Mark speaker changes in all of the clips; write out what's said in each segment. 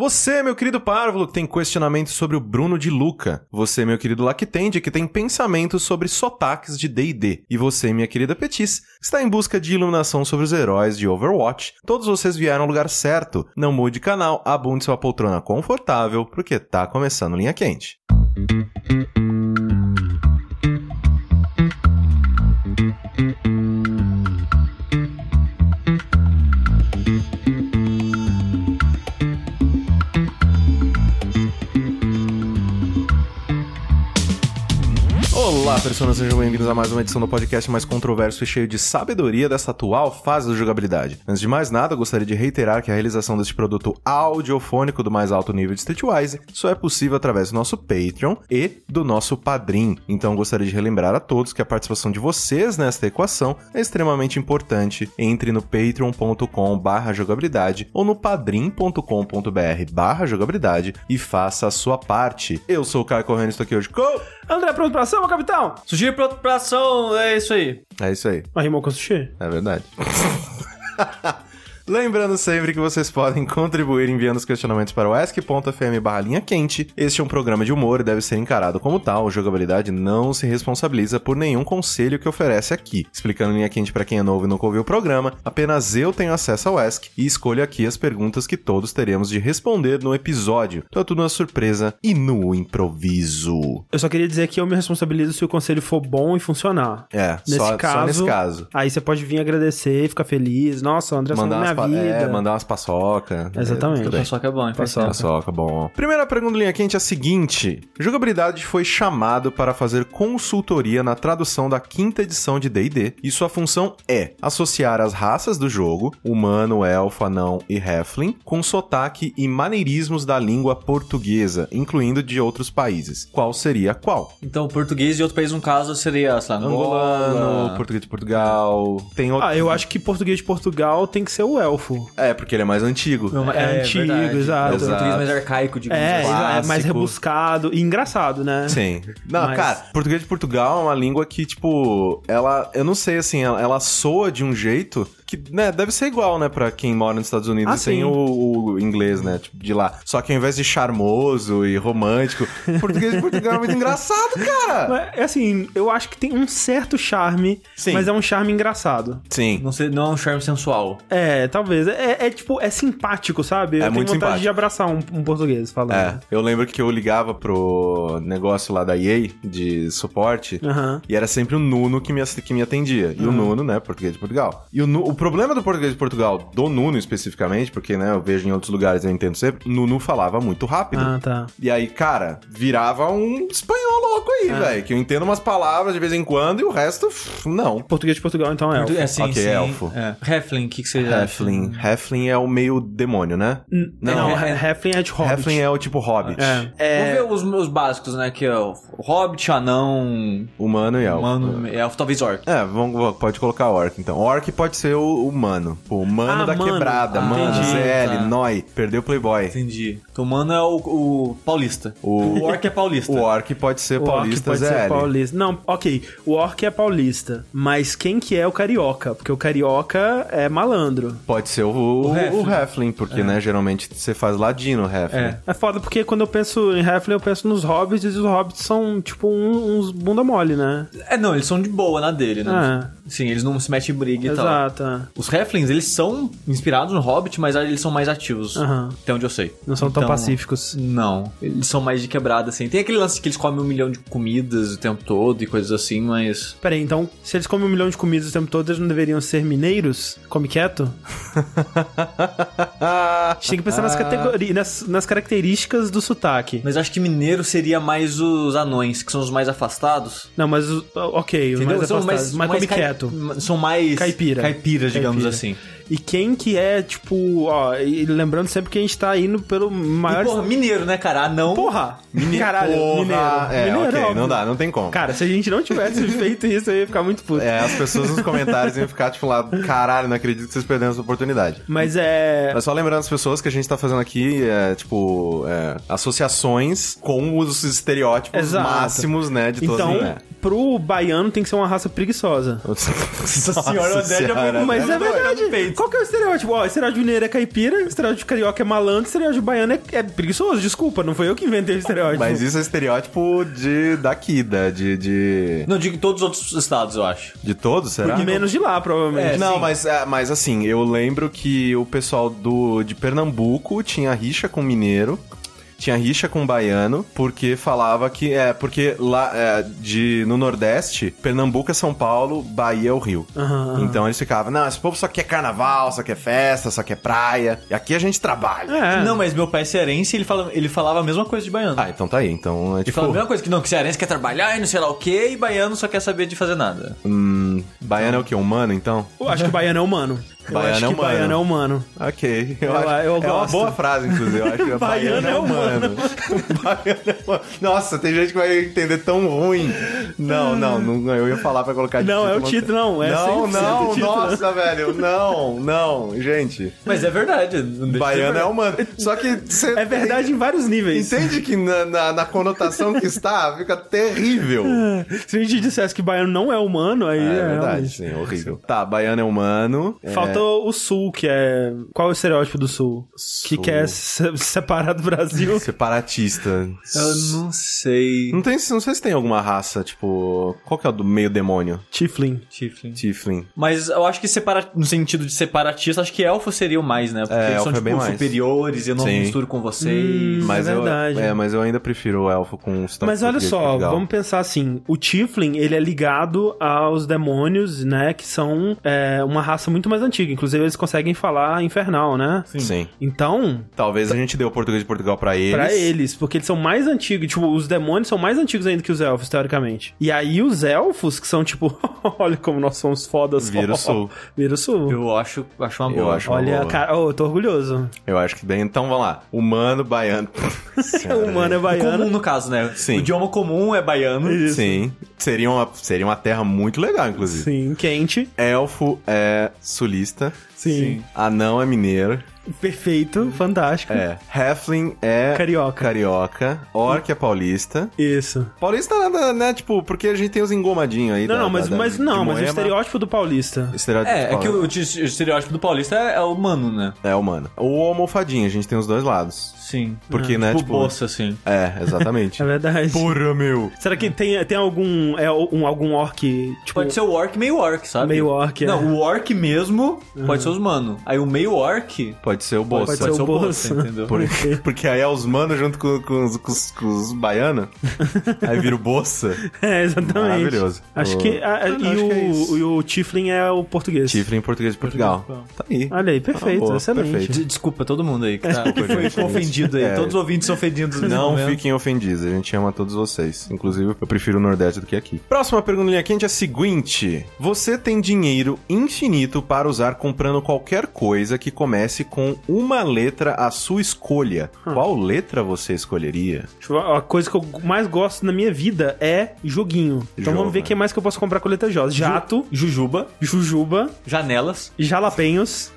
Speaker 1: Você, meu querido Párvulo, que tem questionamentos sobre o Bruno de Luca. Você, meu querido Lactende, que tem pensamentos sobre sotaques de D&D. E você, minha querida Petis, que está em busca de iluminação sobre os heróis de Overwatch. Todos vocês vieram ao lugar certo. Não mude de canal, abunde sua poltrona confortável, porque tá começando Linha Quente. Olá, pessoas, sejam bem-vindos a mais uma edição do podcast mais controverso e cheio de sabedoria dessa atual fase da jogabilidade. Antes de mais nada, eu gostaria de reiterar que a realização deste produto audiofônico do mais alto nível de Streetwise só é possível através do nosso Patreon e do nosso Padrim. Então, eu gostaria de relembrar a todos que a participação de vocês nesta equação é extremamente importante. Entre no patreon.com/barra jogabilidade ou no padrim.com.br barra jogabilidade e faça a sua parte. Eu sou o Caio Corrêa e estou aqui hoje com...
Speaker 2: André, pronto pra ação, meu capitão? Sugiro pronto pra ação, é isso aí.
Speaker 1: É isso aí.
Speaker 2: Mas rimou com sushi?
Speaker 1: É verdade. Lembrando sempre que vocês podem contribuir enviando os questionamentos para o ask.fm barra linha quente. Este é um programa de humor e deve ser encarado como tal. O Jogabilidade não se responsabiliza por nenhum conselho que oferece aqui. Explicando linha quente para quem é novo e nunca ouviu o programa, apenas eu tenho acesso ao ask e escolho aqui as perguntas que todos teremos de responder no episódio. Então é tudo na surpresa e no improviso.
Speaker 2: Eu só queria dizer que eu me responsabilizo se o conselho for bom e funcionar.
Speaker 1: É,
Speaker 2: Nesse
Speaker 1: só,
Speaker 2: caso,
Speaker 1: só nesse caso.
Speaker 2: Aí você pode vir agradecer, ficar feliz. Nossa, o André salvou minha
Speaker 1: umas, pa-
Speaker 2: vida.
Speaker 1: é, mandar umas paçoca. É,
Speaker 2: Exatamente.
Speaker 1: tudo bem.
Speaker 3: Paçoca é bom, hein?
Speaker 1: Paçoca. Paçoca, bom. Primeira pergunta do linha quente é a seguinte: Jogabilidade foi chamado para fazer consultoria na tradução da quinta edição de D&D e sua função é associar as raças do jogo, humano, elfo, anão e halfling, com sotaque e maneirismos da língua portuguesa, incluindo de outros países. Qual seria qual?
Speaker 3: Então, português de outro país, no caso, seria, sei lá,
Speaker 1: Angolano,
Speaker 3: Angola.
Speaker 1: português de Portugal, tem outro...
Speaker 2: Ah, eu acho que português de Portugal tem que ser o elfo.
Speaker 1: É, porque ele é mais antigo.
Speaker 3: Não, mas-
Speaker 2: É antigo,
Speaker 3: verdade.
Speaker 2: exato.
Speaker 3: É o português
Speaker 1: Exato.
Speaker 3: mais arcaico, digamos
Speaker 2: É,
Speaker 3: assim.
Speaker 2: é mais
Speaker 1: clássico.
Speaker 2: rebuscado e engraçado, né?
Speaker 1: Sim. Não,
Speaker 2: Mas-
Speaker 1: cara, português de Portugal é uma língua que, tipo, ela, eu não sei, assim, ela, ela soa de um jeito que, né, deve ser igual, né, pra quem mora nos Estados Unidos
Speaker 2: Ah,
Speaker 1: e tem
Speaker 2: sim.
Speaker 1: o, o inglês, né, tipo, de lá. Só que ao invés de charmoso e romântico, português de Portugal é muito engraçado, cara.
Speaker 2: Mas, é assim, eu acho que tem um certo charme,
Speaker 1: Sim.
Speaker 2: mas é um charme engraçado.
Speaker 1: Sim.
Speaker 3: Não, sei, não é um charme sensual.
Speaker 2: É, talvez. É, é, tipo, é simpático, sabe? eu tenho
Speaker 1: muito
Speaker 2: vontade
Speaker 1: simpático.
Speaker 2: de abraçar um, um português
Speaker 1: É,
Speaker 2: falando.
Speaker 1: eu lembro que eu ligava pro negócio lá da EA, de suporte,
Speaker 2: Aham.
Speaker 1: E era sempre o Nuno que me, ass- que me atendia. E o Nuno, né, português de Portugal. E o, Nu- o problema do português de Portugal, do Nuno especificamente, porque, né, eu vejo em outros lugares, eu entendo sempre, Nuno falava muito rápido.
Speaker 2: Ah, tá.
Speaker 1: E aí, cara, virava um espanhol louco aí, velho. Que eu entendo umas palavras de vez em quando e o resto, pff, não.
Speaker 2: Português de Portugal, então é. elfo.
Speaker 3: É, sim,
Speaker 1: Ok,
Speaker 3: sim.
Speaker 1: elfo.
Speaker 3: É. Heflin, o que, que você
Speaker 1: Heflin. Heflin é o meio demônio, né?
Speaker 2: N-
Speaker 1: Não,
Speaker 2: Não, não
Speaker 3: é-
Speaker 2: Heflin é de Hobbit.
Speaker 1: Heflin é o tipo hobbit.
Speaker 2: É.
Speaker 3: Vamos ver os, os básicos, né? Que é o Hobbit, Anão,
Speaker 1: Humano e elfo.
Speaker 3: Humano, Elfo, talvez Orc.
Speaker 1: É, vamos, pode colocar orc, então. Orc pode ser o humano. O humano
Speaker 2: Ah,
Speaker 1: da
Speaker 2: mano.
Speaker 1: quebrada.
Speaker 2: Ah,
Speaker 1: mano,
Speaker 3: entendi.
Speaker 1: ZL,
Speaker 3: Tá.
Speaker 1: Noi. Perdeu o Playboy.
Speaker 3: Entendi. Então, Humano é o, o paulista.
Speaker 1: O-
Speaker 3: O... Orc é paulista.
Speaker 1: O orc pode ser
Speaker 2: O orc
Speaker 1: paulista,
Speaker 2: pode
Speaker 1: ZL.
Speaker 2: ser paulista. Não, ok. O orc é paulista. Mas quem que é o carioca? Porque o carioca é malandro.
Speaker 1: Pode ser o, o,
Speaker 3: Heflin.
Speaker 1: o Heflin, porque, né, geralmente você faz ladino o Heflin.
Speaker 3: É.
Speaker 2: É foda porque quando eu penso em Heflin, eu penso nos hobbits e os hobbits são, tipo, um- uns bunda mole, né?
Speaker 3: É, não, eles são de boa na dele, né?
Speaker 2: Ah.
Speaker 3: Sim, eles não se metem em briga e tal.
Speaker 2: Exato. é.
Speaker 3: Os Heflins, eles são inspirados no Hobbit, mas eles são mais ativos,
Speaker 2: Aham.
Speaker 3: até onde eu sei.
Speaker 2: Não são tão
Speaker 3: Então,
Speaker 2: pacíficos.
Speaker 3: Não, eles são mais de quebrada, assim. Tem aquele lance que eles comem um milhão de comidas o tempo todo e coisas assim, mas...
Speaker 2: Peraí, então, se eles comem um milhão de comidas o tempo todo, eles não deveriam ser mineiros? Come quieto? A gente tem que pensar
Speaker 1: Ah.
Speaker 2: nas, categori- nas- nas características do sotaque.
Speaker 3: Mas acho que mineiro seria mais os anões, que são os mais afastados.
Speaker 2: Não, mas o- ok, os mais
Speaker 3: são
Speaker 2: afastados. Mas come
Speaker 3: cai-
Speaker 2: quieto.
Speaker 3: São mais...
Speaker 2: Caipira.
Speaker 3: Caipiras, digamos
Speaker 2: Caipira.
Speaker 3: assim.
Speaker 2: E quem que é, tipo, ó, e lembrando sempre que a gente tá indo pelo maior.
Speaker 3: E, porra, mineiro, né, cara? Anão...
Speaker 2: porra!
Speaker 1: Mine-
Speaker 2: Caralho,
Speaker 1: Porra!
Speaker 2: mineiro.
Speaker 1: É,
Speaker 2: Mineiro,
Speaker 1: ok,
Speaker 2: óbvio.
Speaker 1: não dá, não tem como.
Speaker 2: Cara, se a gente não tivesse feito isso, eu ia ficar muito puto.
Speaker 1: É, as pessoas nos comentários iam ficar, tipo, lá, caralho, não acredito que vocês perderam essa oportunidade.
Speaker 2: Mas é.
Speaker 1: Mas só lembrando as pessoas que a gente tá fazendo aqui, é, tipo, é, associações com os estereótipos
Speaker 2: Exato.
Speaker 1: máximos, né, de todos,
Speaker 2: Então,
Speaker 1: né?
Speaker 2: pro baiano tem que ser uma raça preguiçosa.
Speaker 1: Nossa
Speaker 3: senhora, Odete, eu
Speaker 1: senhora. né?
Speaker 3: vou-
Speaker 2: Mas é
Speaker 3: Ela doeu no
Speaker 2: verdade.
Speaker 3: peito.
Speaker 2: Qual que é o estereótipo? Ó, o estereótipo mineiro é caipira, o estereótipo de carioca é malandro, o estereótipo de baiano é, é preguiçoso. Desculpa, não foi eu que inventei o estereótipo.
Speaker 1: Mas isso é estereótipo de daqui, da, de, de,
Speaker 3: Não, digo em todos os outros estados, eu acho.
Speaker 1: de todos, será?
Speaker 2: E menos de lá, provavelmente.
Speaker 3: É,
Speaker 1: não,
Speaker 3: sim.
Speaker 1: mas, ah, mas assim, eu lembro que o pessoal do, de Pernambuco tinha rixa com mineiro, tinha rixa com baiano, porque falava que. É, porque lá é, de, no Nordeste, Pernambuco é São Paulo, Bahia é o Rio.
Speaker 2: Aham.
Speaker 1: Então eles ficavam, não, esse povo só quer carnaval, só quer festa, só quer praia. E aqui a gente trabalha.
Speaker 2: É.
Speaker 3: Não, mas meu pai é cearense ele, fala, ele falava a mesma coisa de baiano.
Speaker 1: Ah, então tá aí. Então é
Speaker 3: ele
Speaker 1: tipo.
Speaker 3: falava a mesma coisa, que não, que cearense quer trabalhar e não sei lá o quê, e baiano só quer saber de fazer nada.
Speaker 1: hum, baiano é o quê? Humano, então?
Speaker 2: Eu acho que baiano é humano. eu
Speaker 1: Baiano
Speaker 2: acho
Speaker 1: é
Speaker 2: que
Speaker 1: humano.
Speaker 2: baiano é humano.
Speaker 1: Ok. Eu
Speaker 2: Eu-
Speaker 1: acho,
Speaker 2: eu
Speaker 1: é uma
Speaker 2: gosto.
Speaker 1: boa frase, inclusive. Eu acho que
Speaker 2: Baiano é humano.
Speaker 1: Baiano é humano. Nossa, tem gente que vai entender tão ruim. Não, não, não eu ia falar pra colocar de
Speaker 2: Não, é o título, não, é
Speaker 1: não,
Speaker 2: 100%
Speaker 1: não,
Speaker 2: o título.
Speaker 1: nossa, velho. Não, não. Gente,
Speaker 3: Mas é verdade. não deixa de
Speaker 1: baiano
Speaker 3: ser
Speaker 1: é
Speaker 3: verdade.
Speaker 1: humano. Só que você.
Speaker 2: É verdade em vários níveis.
Speaker 1: Entende que na, na- na conotação que está, fica terrível.
Speaker 2: Se a gente dissesse que baiano não é humano, aí
Speaker 1: É,
Speaker 2: é,
Speaker 1: verdade,
Speaker 2: realmente.
Speaker 1: sim, horrível. Tá, baiano é humano. é-
Speaker 2: Faltou o sul, que é. Qual é o estereótipo do sul? Que
Speaker 1: Sul.
Speaker 2: quer se separar do
Speaker 1: é
Speaker 2: Brasil.
Speaker 1: Separatista.
Speaker 3: Eu não sei.
Speaker 1: Não, tem, não sei se tem alguma raça, tipo. Qual que é o do meio demônio?
Speaker 2: Tiflin.
Speaker 3: Tiflin.
Speaker 1: Tiflin.
Speaker 3: Mas eu acho que separa... no sentido de separatista, acho que elfo seria o mais, né? Porque
Speaker 1: É,
Speaker 3: eles
Speaker 1: elfo
Speaker 3: são,
Speaker 1: é
Speaker 3: tipo,
Speaker 1: bem mais.
Speaker 3: superiores, eu não
Speaker 1: Sim.
Speaker 3: misturo com vocês.
Speaker 2: Hum.
Speaker 1: Mas
Speaker 2: é
Speaker 1: eu,
Speaker 2: verdade.
Speaker 1: é, mas eu ainda prefiro o elfo com os
Speaker 2: Mas olha só, vamos pensar assim, o Tiflin, ele é ligado aos demônios, né, que são é, uma raça muito mais antiga, inclusive eles conseguem falar infernal, né?
Speaker 1: Sim.
Speaker 2: Então,
Speaker 1: Talvez a gente dê o português de Portugal pra eles.
Speaker 2: pra eles, porque eles são mais antigos, tipo, os demônios são mais antigos ainda que os elfos, teoricamente. E aí os elfos, que são tipo, olha como nós somos fodas.
Speaker 1: Vira o sul.
Speaker 2: Vira o sul.
Speaker 3: Eu acho, acho uma
Speaker 1: Eu
Speaker 3: boa. É
Speaker 1: acho.
Speaker 2: Olha,
Speaker 1: boa.
Speaker 2: cara, oh, eu tô orgulhoso.
Speaker 1: Eu acho que bem. Então vamos lá. Humano, baiano. Senhora,
Speaker 2: Humano é
Speaker 3: Comum,
Speaker 2: baiano.
Speaker 3: no caso, né?
Speaker 1: Sim.
Speaker 3: O idioma comum é baiano.
Speaker 1: gente. Sim. Seria uma, seria uma terra muito legal, inclusive.
Speaker 2: Sim, quente.
Speaker 1: Elfo é sulista.
Speaker 2: Sim.
Speaker 1: Anão é mineiro.
Speaker 2: Perfeito, fantástico.
Speaker 1: É. Halfling é.
Speaker 2: Carioca.
Speaker 1: Carioca. Orc é paulista.
Speaker 2: Isso.
Speaker 1: Paulista nada, né? Tipo, porque a gente tem os engomadinhos aí.
Speaker 2: Não,
Speaker 1: da-
Speaker 2: não, mas,
Speaker 1: da- da-
Speaker 2: mas
Speaker 1: de
Speaker 2: não, mas o
Speaker 1: Moema.
Speaker 2: estereótipo do paulista.
Speaker 1: Estereótipo
Speaker 3: É, é
Speaker 1: paulista.
Speaker 3: que o, o estereótipo do paulista é, é o humano, né?
Speaker 1: É humano. Ou almofadinha, a gente tem os dois lados.
Speaker 3: Sim.
Speaker 1: Porque, né,
Speaker 3: Tipo,
Speaker 1: tipo-
Speaker 3: bolsa, assim.
Speaker 1: É, exatamente.
Speaker 2: É verdade.
Speaker 1: Porra, meu!
Speaker 2: Será que tem, tem algum, é, um, algum orc, tipo,
Speaker 3: Pode ser o orc meio orc, sabe?
Speaker 2: meio orc? é? Uhum.
Speaker 3: Não, o orc mesmo pode ser os mano. Aí o meio orc
Speaker 1: Pode ser o
Speaker 2: pode,
Speaker 1: bolsa.
Speaker 2: ser o bolso.
Speaker 3: entendeu?
Speaker 1: Por- Porque aí é os manos junto com, com os, com os- com os baianos. aí vira o bolsa.
Speaker 2: É, exatamente.
Speaker 1: Maravilhoso.
Speaker 2: Acho
Speaker 1: O-
Speaker 2: que, a- a-
Speaker 1: Ah, não,
Speaker 2: e,
Speaker 1: acho
Speaker 2: o,
Speaker 1: que é isso.
Speaker 2: e o Tiflin é o português.
Speaker 1: Chifre em português de Portugal. Tá aí.
Speaker 2: Olha aí, perfeito,
Speaker 1: Ah, boa,
Speaker 2: excelente.
Speaker 1: perfeito.
Speaker 3: De- Desculpa todo mundo aí que, tá, que
Speaker 1: Desculpa,
Speaker 3: foi
Speaker 1: gente.
Speaker 3: ofendido aí.
Speaker 1: É.
Speaker 3: Todos os ouvintes são ofendidos. nesse
Speaker 1: Não
Speaker 3: momento.
Speaker 1: fiquem ofendidos, a gente ama todos vocês. Inclusive, eu prefiro o Nordeste do que aqui. Próxima pergunta linha quente é a seguinte: Você tem dinheiro infinito para usar comprando qualquer coisa que comece com uma letra à sua escolha.
Speaker 3: Hum.
Speaker 1: Qual letra você escolheria?
Speaker 2: Tipo, a coisa que eu mais gosto na minha vida é joguinho. Então
Speaker 1: Jogo,
Speaker 2: vamos ver
Speaker 1: né?
Speaker 2: o que mais que eu posso comprar com letra J. Jato,
Speaker 3: Jujuba,
Speaker 2: jujuba,
Speaker 3: janelas.
Speaker 2: jalapenhos.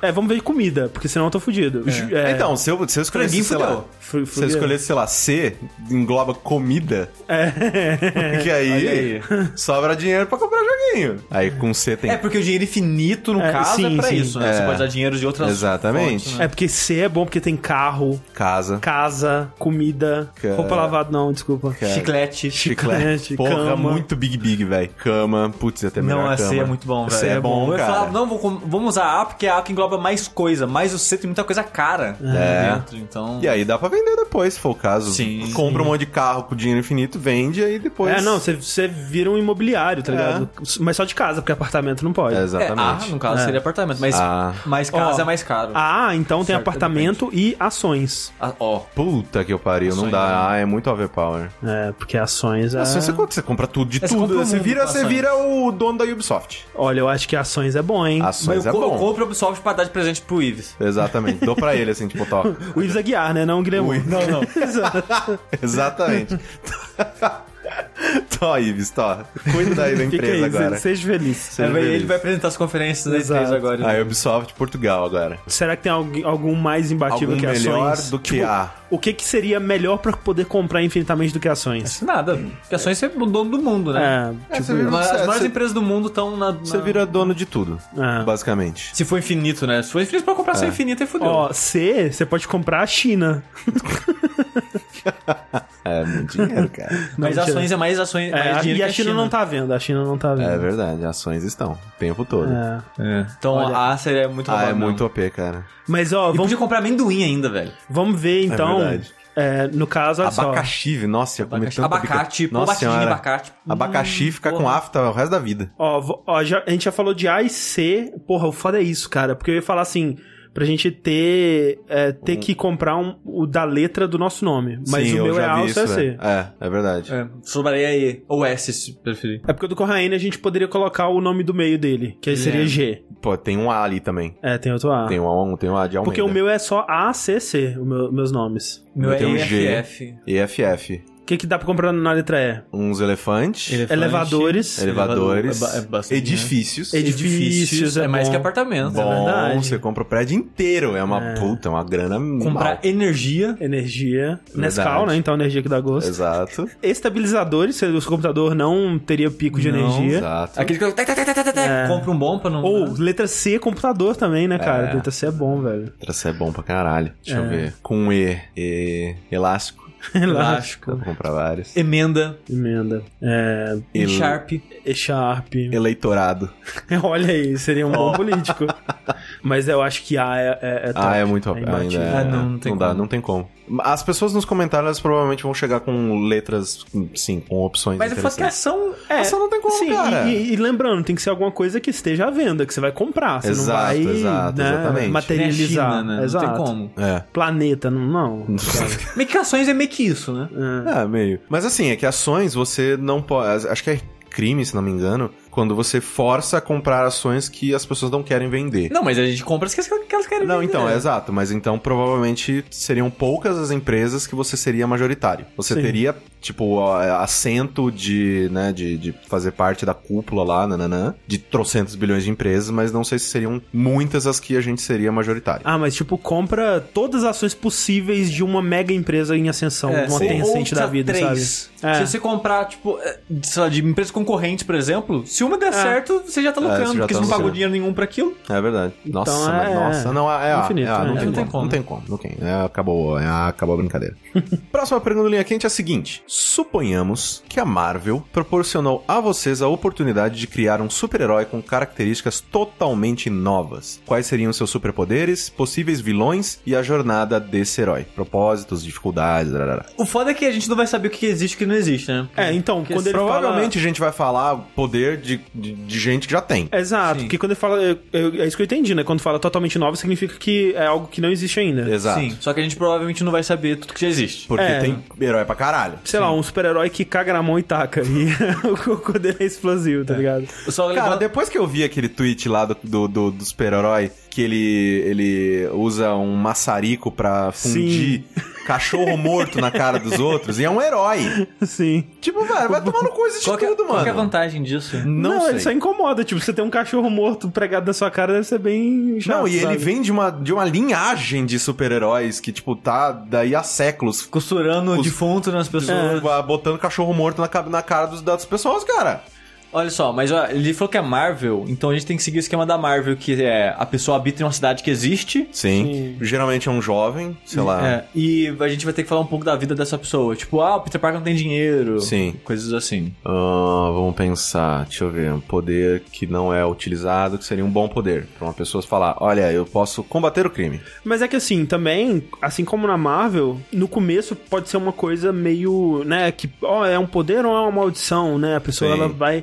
Speaker 2: é, vamos ver comida, porque senão eu tô fudido. Ju- é,
Speaker 1: Então, se eu, se eu escolhesse,
Speaker 3: Franguinho
Speaker 1: sei lá,
Speaker 3: fudeu.
Speaker 2: fru-
Speaker 1: se eu
Speaker 2: frugueira.
Speaker 1: escolhesse, sei lá, C, engloba comida,
Speaker 2: É.
Speaker 1: porque aí,
Speaker 3: olha aí.
Speaker 1: sobra dinheiro pra comprar joguinho. Aí com C tem...
Speaker 3: É, porque o dinheiro infinito, no
Speaker 2: É,
Speaker 3: caso,
Speaker 2: sim,
Speaker 3: é pra
Speaker 2: sim.
Speaker 3: isso, né? Você
Speaker 1: É.
Speaker 3: pode usar dinheiro de outras
Speaker 1: Exatamente.
Speaker 3: fontes, né?
Speaker 2: É porque C é bom porque tem carro,
Speaker 1: casa,
Speaker 2: casa, comida,
Speaker 1: Ca-
Speaker 2: roupa lavada, não, desculpa.
Speaker 1: Ca-
Speaker 3: Chiclete.
Speaker 1: chiclete, é
Speaker 2: chiclete,
Speaker 1: porra,
Speaker 2: cama.
Speaker 1: muito Big Big, velho. Cama, putz, ia ter melhor
Speaker 3: Não, a
Speaker 1: cama.
Speaker 3: C é muito bom, velho.
Speaker 1: C é bom,
Speaker 3: Eu
Speaker 1: cara.
Speaker 3: falava, não, vou com- vamos usar A porque a A que engloba mais coisa, mas o C tem muita coisa cara
Speaker 1: É.
Speaker 3: é. dentro, então...
Speaker 1: E aí dá pra vender depois, se for o caso.
Speaker 3: Sim.
Speaker 1: Compra um monte de carro com dinheiro infinito, vende aí depois.
Speaker 2: É, não, você- você vira um imobiliário, tá
Speaker 1: É.
Speaker 2: ligado? Mas só de casa, porque apartamento não pode.
Speaker 1: É,
Speaker 3: É,
Speaker 1: exatamente.
Speaker 3: A, no caso,
Speaker 2: É.
Speaker 3: seria apartamento, mas
Speaker 1: A.
Speaker 3: mais casa
Speaker 2: Ó,
Speaker 3: é mais caro.
Speaker 2: Ah, então tem
Speaker 3: Certo,
Speaker 2: apartamento e ações.
Speaker 3: Ah, Ó,
Speaker 1: Puta que eu pariu, não
Speaker 3: Sonho,
Speaker 1: dá. Ah, é muito overpower.
Speaker 2: É, porque ações é...
Speaker 1: Assim, você, compra- você compra tudo de
Speaker 3: É, Você
Speaker 1: tudo.
Speaker 3: compra o
Speaker 1: Você
Speaker 3: mundo
Speaker 1: vira,
Speaker 3: com
Speaker 1: você
Speaker 3: ações.
Speaker 1: vira o dono da Ubisoft.
Speaker 2: Olha, eu acho que ações é bom, hein?
Speaker 1: Ações
Speaker 3: eu,
Speaker 1: é
Speaker 3: co- eu
Speaker 1: bom.
Speaker 3: compro o Ubisoft pra dar de presente pro Ives.
Speaker 1: Exatamente. Dou pra ele, assim, tipo, top.
Speaker 2: O Ives Aguiar, né? Não o Guilherme.
Speaker 1: Ui.
Speaker 2: Não, não.
Speaker 1: Exatamente. Tó, Ives, tó. Cuida daí da
Speaker 2: Fica
Speaker 1: empresa
Speaker 2: aí,
Speaker 1: agora.
Speaker 2: se- seja feliz.
Speaker 1: Seja
Speaker 3: É, vai-
Speaker 1: feliz.
Speaker 3: ele vai apresentar as conferências da E3
Speaker 2: Exato.
Speaker 3: agora.
Speaker 1: A Ubisoft Portugal agora.
Speaker 2: Será que tem alguém- algum mais imbatível
Speaker 1: Algum
Speaker 2: que ações?
Speaker 1: melhor do que
Speaker 2: Tipo,
Speaker 1: A.
Speaker 2: o que que seria melhor pra poder comprar infinitamente do que ações?
Speaker 3: Isso nada. Porque ações é o dono do mundo, né?
Speaker 1: É,
Speaker 2: É, tipo,
Speaker 1: você vira-
Speaker 3: Mas as
Speaker 1: Cê-
Speaker 3: maiores
Speaker 1: cê-
Speaker 3: empresas do mundo estão na, na-
Speaker 1: Você vira dono de tudo,
Speaker 2: É.
Speaker 1: basicamente.
Speaker 3: Se for infinito, né? Se for infinito, pra comprar ação infinita e fudeu.
Speaker 2: ó, C, você pode comprar a China.
Speaker 1: É, muito dinheiro, cara.
Speaker 3: mas
Speaker 2: Não,
Speaker 3: ações é mais ações.
Speaker 2: É,
Speaker 3: mais dinheiro
Speaker 2: e
Speaker 3: que
Speaker 2: a China, não tá vendo, a China não tá
Speaker 1: É
Speaker 2: vendo.
Speaker 1: verdade, ações estão o tempo todo.
Speaker 2: É.
Speaker 3: Então a Acer é muito
Speaker 1: Ah, é
Speaker 3: roubada, não.
Speaker 1: muito OP, cara.
Speaker 2: Mas ó,
Speaker 3: E
Speaker 2: vamos,
Speaker 3: podia comprar amendoim ainda, velho.
Speaker 2: vamos ver então.
Speaker 1: É verdade.
Speaker 2: é, no caso, olha só. tipo,
Speaker 1: Abacaxi, nossa, ia comer
Speaker 3: Abacaxi,
Speaker 1: tanto
Speaker 3: abacate, pô, batidinho de abacate.
Speaker 1: Abacaxi
Speaker 3: Hum,
Speaker 1: fica com
Speaker 3: porra.
Speaker 1: afta o resto da vida.
Speaker 2: Ó, vo- ó, já- a gente já falou de A e C. Porra, o foda é isso, cara. Porque eu ia falar assim. Pra gente ter, é, ter que comprar um- o da letra do nosso nome. Mas
Speaker 1: Sim,
Speaker 2: o
Speaker 1: eu
Speaker 2: meu é
Speaker 1: já
Speaker 2: A,
Speaker 1: vi
Speaker 2: o seu é
Speaker 1: isso,
Speaker 2: C.
Speaker 1: velho. É, é verdade.
Speaker 3: É, sobraria aí. Ou S, se preferir.
Speaker 2: É porque o do Corraine a gente poderia colocar o nome do meio dele, que aí seria
Speaker 3: É.
Speaker 2: G.
Speaker 1: Pô, tem um A ali também.
Speaker 2: É, tem outro A.
Speaker 1: Tem um A, um- tem um A de Almeida.
Speaker 2: porque o meu é só A, C, C, o meu- meus nomes.
Speaker 1: Meu
Speaker 3: Meu
Speaker 1: tem um
Speaker 3: é
Speaker 1: G.
Speaker 3: EFF.
Speaker 1: EFF.
Speaker 2: O que, que dá pra comprar na letra E?
Speaker 1: Uns elefantes,
Speaker 3: Elefante.
Speaker 2: Elevadores.
Speaker 1: elevadores,
Speaker 3: Elevador- é ba- é bastante,
Speaker 1: edifícios.
Speaker 2: né?
Speaker 3: Edifícios. É,
Speaker 2: é
Speaker 3: mais
Speaker 2: bom.
Speaker 3: que apartamento. né?
Speaker 2: É
Speaker 1: Bom,
Speaker 2: verdade.
Speaker 1: você compra o prédio inteiro. É uma
Speaker 2: É.
Speaker 1: puta, uma grana
Speaker 3: Comprar
Speaker 1: mal.
Speaker 3: energia.
Speaker 2: Energia. Nescau, né? Então, energia que dá gosto.
Speaker 1: Exato.
Speaker 2: Estabilizadores, se o seu computador não teria pico de
Speaker 3: Não,
Speaker 2: energia.
Speaker 1: Exato.
Speaker 3: Aquele que. tac, tac, tac, tac, tac, tac.
Speaker 2: É.
Speaker 3: Compra um bom pra não.
Speaker 2: Ou letra C, computador também, né, cara?
Speaker 1: É.
Speaker 2: Letra C é bom, velho.
Speaker 1: Traço é bom pra caralho. Deixa eu
Speaker 2: É.
Speaker 1: ver. Com E. E. Elástico. Dá
Speaker 2: Elástico.
Speaker 1: pra comprar vários.
Speaker 3: Emenda. um
Speaker 2: Emenda. É,
Speaker 1: Ele-
Speaker 3: Sharp.
Speaker 2: e Sharp.
Speaker 1: Eleitorado.
Speaker 2: Olha aí, seria um bom político. Mas eu acho que A é, é, é top.
Speaker 1: Ah, é muito
Speaker 2: É
Speaker 1: ainda.
Speaker 2: imbatível.
Speaker 1: é-
Speaker 3: Ah, não, não tem
Speaker 1: dá,
Speaker 3: como.
Speaker 1: não tem como. As pessoas nos comentários elas provavelmente vão chegar com letras, sim, com opções.
Speaker 3: Mas eu falo que
Speaker 1: interessantes.
Speaker 3: ação.
Speaker 2: É,
Speaker 1: Nossa, não tem como,
Speaker 2: sim,
Speaker 1: cara.
Speaker 2: E, e- e lembrando, tem que ser alguma coisa que esteja à venda, que você vai comprar. Você não
Speaker 1: Exato,
Speaker 2: vai
Speaker 1: exato,
Speaker 2: né,
Speaker 1: exatamente.
Speaker 2: materializar.
Speaker 3: é China, né?
Speaker 2: Exato.
Speaker 3: Não tem como.
Speaker 1: É.
Speaker 2: Planeta, não. não.
Speaker 3: Meio que ações é meio que isso, né?
Speaker 2: É.
Speaker 1: Ah, meio. Mas assim, é que ações você não pode. Acho que é crime, se não me engano, quando você força a comprar ações que as pessoas não querem vender.
Speaker 3: Não, mas a gente compra as que que elas querem.
Speaker 1: Não,
Speaker 3: vender.
Speaker 1: então, exato. Mas então, provavelmente, seriam poucas as empresas que você seria majoritário. Você
Speaker 2: Sim.
Speaker 1: teria, tipo, a- assento de, né, de, de fazer parte da cúpula lá, nananã, de trocentos bilhões de empresas, mas não sei se seriam muitas as que a gente seria majoritário.
Speaker 2: Ah, mas tipo, compra todas as ações possíveis de uma mega empresa em ascensão,
Speaker 3: É,
Speaker 2: um uma
Speaker 3: sim.
Speaker 2: Tencent
Speaker 3: Ou
Speaker 2: da
Speaker 3: tá
Speaker 2: vida,
Speaker 3: três.
Speaker 2: sabe? É.
Speaker 3: Se você comprar, tipo, é, de, sei lá, de empresas concorrentes, por exemplo, se uma der
Speaker 2: É.
Speaker 3: certo, você já tá
Speaker 1: É,
Speaker 3: lucrando,
Speaker 1: você já
Speaker 3: porque
Speaker 1: tá
Speaker 3: você não pagou
Speaker 1: lucrando.
Speaker 3: dinheiro nenhum pra aquilo.
Speaker 1: É verdade.
Speaker 2: Então,
Speaker 1: nossa, mas
Speaker 2: é-
Speaker 1: nossa, não, é, é,
Speaker 2: Infinito,
Speaker 1: é, não,
Speaker 2: né?
Speaker 1: tem
Speaker 2: Não
Speaker 3: tem
Speaker 1: como,
Speaker 3: como.
Speaker 1: não tem como, não tem. É, acabou, é, acabou a brincadeira. Próxima pergunta do linha quente é a seguinte: suponhamos que a Marvel proporcionou a vocês a oportunidade de criar um super-herói com características totalmente novas. Quais seriam seus superpoderes, possíveis vilões e a jornada desse herói? Propósitos, dificuldades, larará.
Speaker 3: O foda é que a gente não vai saber o que existe e o que não existe, né?
Speaker 2: É, então,
Speaker 3: Porque
Speaker 2: quando ele
Speaker 1: Provavelmente a gente vai falar poder de, de, de gente que já tem.
Speaker 2: fala... Exato,
Speaker 3: Sim.
Speaker 2: porque quando ele fala... eu- eu- é isso que eu entendi, né? Quando fala totalmente nova, significa que é algo que não existe ainda.
Speaker 1: Exato.
Speaker 3: Sim, só que a gente provavelmente não vai saber tudo que já existe.
Speaker 1: Porque
Speaker 2: É.
Speaker 1: tem herói pra caralho.
Speaker 2: Sei lá, um super-herói que caga na mão e taca. E o cocô dele é explosivo, tá ligado?
Speaker 3: Só
Speaker 1: Cara,
Speaker 3: levanta-
Speaker 1: depois que eu vi aquele tweet lá do, do, do, do super-herói que ele, ele usa um maçarico pra fundir cachorro morto na cara dos outros, e é um herói.
Speaker 2: Sim.
Speaker 1: Tipo, velho, vai tomar no cu esse
Speaker 3: qual, que,
Speaker 1: tudo,
Speaker 3: qual
Speaker 1: mano.
Speaker 3: que é a vantagem disso?
Speaker 1: Não,
Speaker 2: ele só
Speaker 1: sei.
Speaker 2: incomoda. Tipo, você tem um cachorro morto pregado na sua cara, deve ser bem chato,
Speaker 1: Não, e
Speaker 2: sabe?
Speaker 1: ele vem de uma, de uma linhagem de super-heróis que, tipo, tá daí há séculos.
Speaker 3: Costurando
Speaker 1: Os-
Speaker 3: defunto nas pessoas.
Speaker 1: É. Botando cachorro morto na, ca- na cara dos, das pessoas, cara.
Speaker 3: Olha só, mas ó, ele falou que é Marvel, então a gente tem que seguir o esquema da Marvel, que é a pessoa habita em uma cidade que existe.
Speaker 1: Sim. Geralmente é um jovem, sei lá.
Speaker 3: É, e a gente vai ter que falar um pouco da vida dessa pessoa. Tipo, ah, o Peter Parker não tem dinheiro.
Speaker 1: Sim.
Speaker 3: Coisas assim.
Speaker 1: Ah, vamos pensar, deixa eu ver, um poder que não é utilizado, que seria um bom poder. Pra uma pessoa falar, olha, eu posso combater o crime.
Speaker 2: Mas é que assim, também, assim como na Marvel, no começo pode ser uma coisa meio, né, que, ó, é um poder ou é uma maldição, né? A pessoa
Speaker 1: Sim.
Speaker 2: ela vai.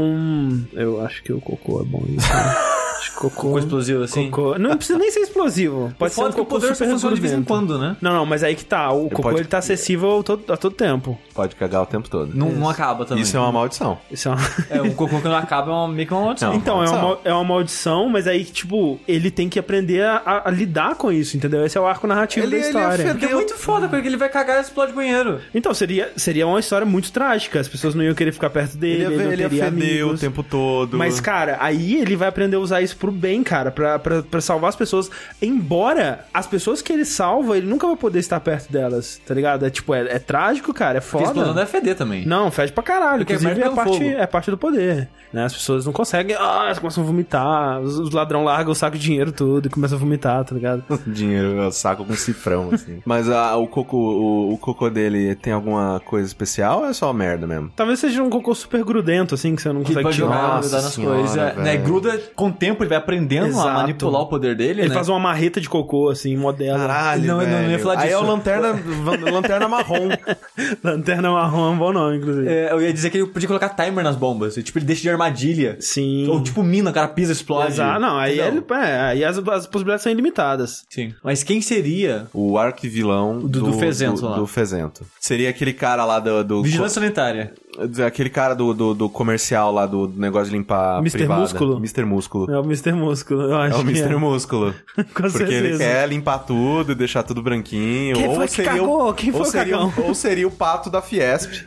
Speaker 2: Então, eu acho que o cocô é bom isso. né? acho que cocô.
Speaker 3: Coisa explosiva, assim.
Speaker 2: cocô- Não precisa nem ser explosivo. Pode ser um
Speaker 3: Foda é que o
Speaker 2: cocô
Speaker 3: poder só
Speaker 2: super
Speaker 3: funciona de vez em
Speaker 2: regurgitado.
Speaker 3: quando, né?
Speaker 2: Não, não, mas aí que tá. O cocô
Speaker 1: pode-
Speaker 2: ele tá acessível todo- a todo tempo.
Speaker 1: Pode cagar o tempo todo.
Speaker 3: Não, não acaba também.
Speaker 1: Isso é uma maldição.
Speaker 2: Isso é uma...
Speaker 3: É, um cocô que não acaba é uma, meio que uma maldição.
Speaker 1: Não.
Speaker 2: Então, é uma,
Speaker 1: maldição.
Speaker 2: mal- é uma maldição, mas aí, tipo, ele tem que aprender a, a- a lidar com isso, entendeu? Esse é o arco narrativo
Speaker 1: Ele-
Speaker 2: da
Speaker 1: ele
Speaker 2: história.
Speaker 1: afeta-
Speaker 3: Porque é muito foda, porque ele vai cagar e explode banheiro.
Speaker 2: Então, seria, seria uma história muito trágica. As
Speaker 1: é
Speaker 2: pessoas não iam querer ficar perto dele, ele, não teria
Speaker 1: feder
Speaker 2: amigos.
Speaker 1: o tempo todo.
Speaker 2: Mas, cara, aí ele vai aprender a usar isso pro pro bem, cara, pra, pra, pra salvar as pessoas. Embora as pessoas que ele salva, ele nunca vai poder estar perto delas, tá ligado? É tipo, é, é trágico, cara, é
Speaker 3: Porque a explosão
Speaker 2: foda.
Speaker 3: deve feder também.
Speaker 2: Não, fede pra caralho.
Speaker 3: assim. Porque
Speaker 2: Inclusive, é
Speaker 3: American
Speaker 2: parte,
Speaker 3: Fogo.
Speaker 2: é parte do poder. Né? As pessoas não conseguem. Ah, elas começam a vomitar. Os, os ladrão largam o saco de dinheiro tudo e começam a vomitar, tá ligado?
Speaker 1: Dinheiro, eu saco com cifrão, assim. Mas ah, o, coco, o, o cocô dele tem alguma coisa especial ou é só merda mesmo?
Speaker 2: Talvez seja um cocô super grudento, assim, que você não
Speaker 3: Que
Speaker 2: consegue
Speaker 3: ele pode
Speaker 2: tirar.
Speaker 3: jogar,
Speaker 1: Nossa
Speaker 3: grudar nas
Speaker 1: senhora,
Speaker 3: coisas. Né?
Speaker 1: velho.
Speaker 3: Gruda com o tempo, ele vai aprendendo
Speaker 2: Exato.
Speaker 3: a manipular o poder dele,
Speaker 2: Ele
Speaker 3: né?
Speaker 2: faz uma marreta de cocô, assim, modela.
Speaker 1: Caralho,
Speaker 3: Não, eu não ia
Speaker 1: velho.
Speaker 3: falar
Speaker 1: Aí é
Speaker 3: disso.
Speaker 1: o lanterna, van- lanterna marrom.
Speaker 2: Lanterna marrom é um bom nome, inclusive.
Speaker 3: É, eu ia dizer que ele podia colocar timer nas bombas. Tipo, ele deixa de armadilha.
Speaker 2: Sim.
Speaker 3: Ou tipo mina, o cara pisa, explode.
Speaker 2: Exato, Então, não, aí,
Speaker 3: Entendeu?
Speaker 2: ele- é, aí as, as possibilidades são ilimitadas.
Speaker 3: Sim. Mas quem seria
Speaker 1: O arquivilão
Speaker 3: do Fezento
Speaker 1: do,
Speaker 3: lá.
Speaker 1: do Fezento. Seria aquele cara lá do... do
Speaker 3: Vigilância Sanitária?
Speaker 1: Aquele cara do, do, do comercial lá do do negócio de limpar
Speaker 2: Mr.
Speaker 1: privada.
Speaker 2: Músculo?
Speaker 1: Mr. Músculo.
Speaker 2: É o Mr. Músculo, eu
Speaker 1: É
Speaker 2: acho.
Speaker 1: o
Speaker 2: que
Speaker 1: Mr. Músculo.
Speaker 2: Com
Speaker 1: Porque ele
Speaker 2: certeza.
Speaker 1: quer limpar tudo e deixar tudo branquinho.
Speaker 2: Quem
Speaker 1: ou
Speaker 2: foi que
Speaker 1: seria
Speaker 2: cagou?
Speaker 1: O,
Speaker 2: Quem foi
Speaker 1: ou
Speaker 2: o
Speaker 1: seria, um-
Speaker 2: cagão?
Speaker 1: ou seria o pato da Fiesp.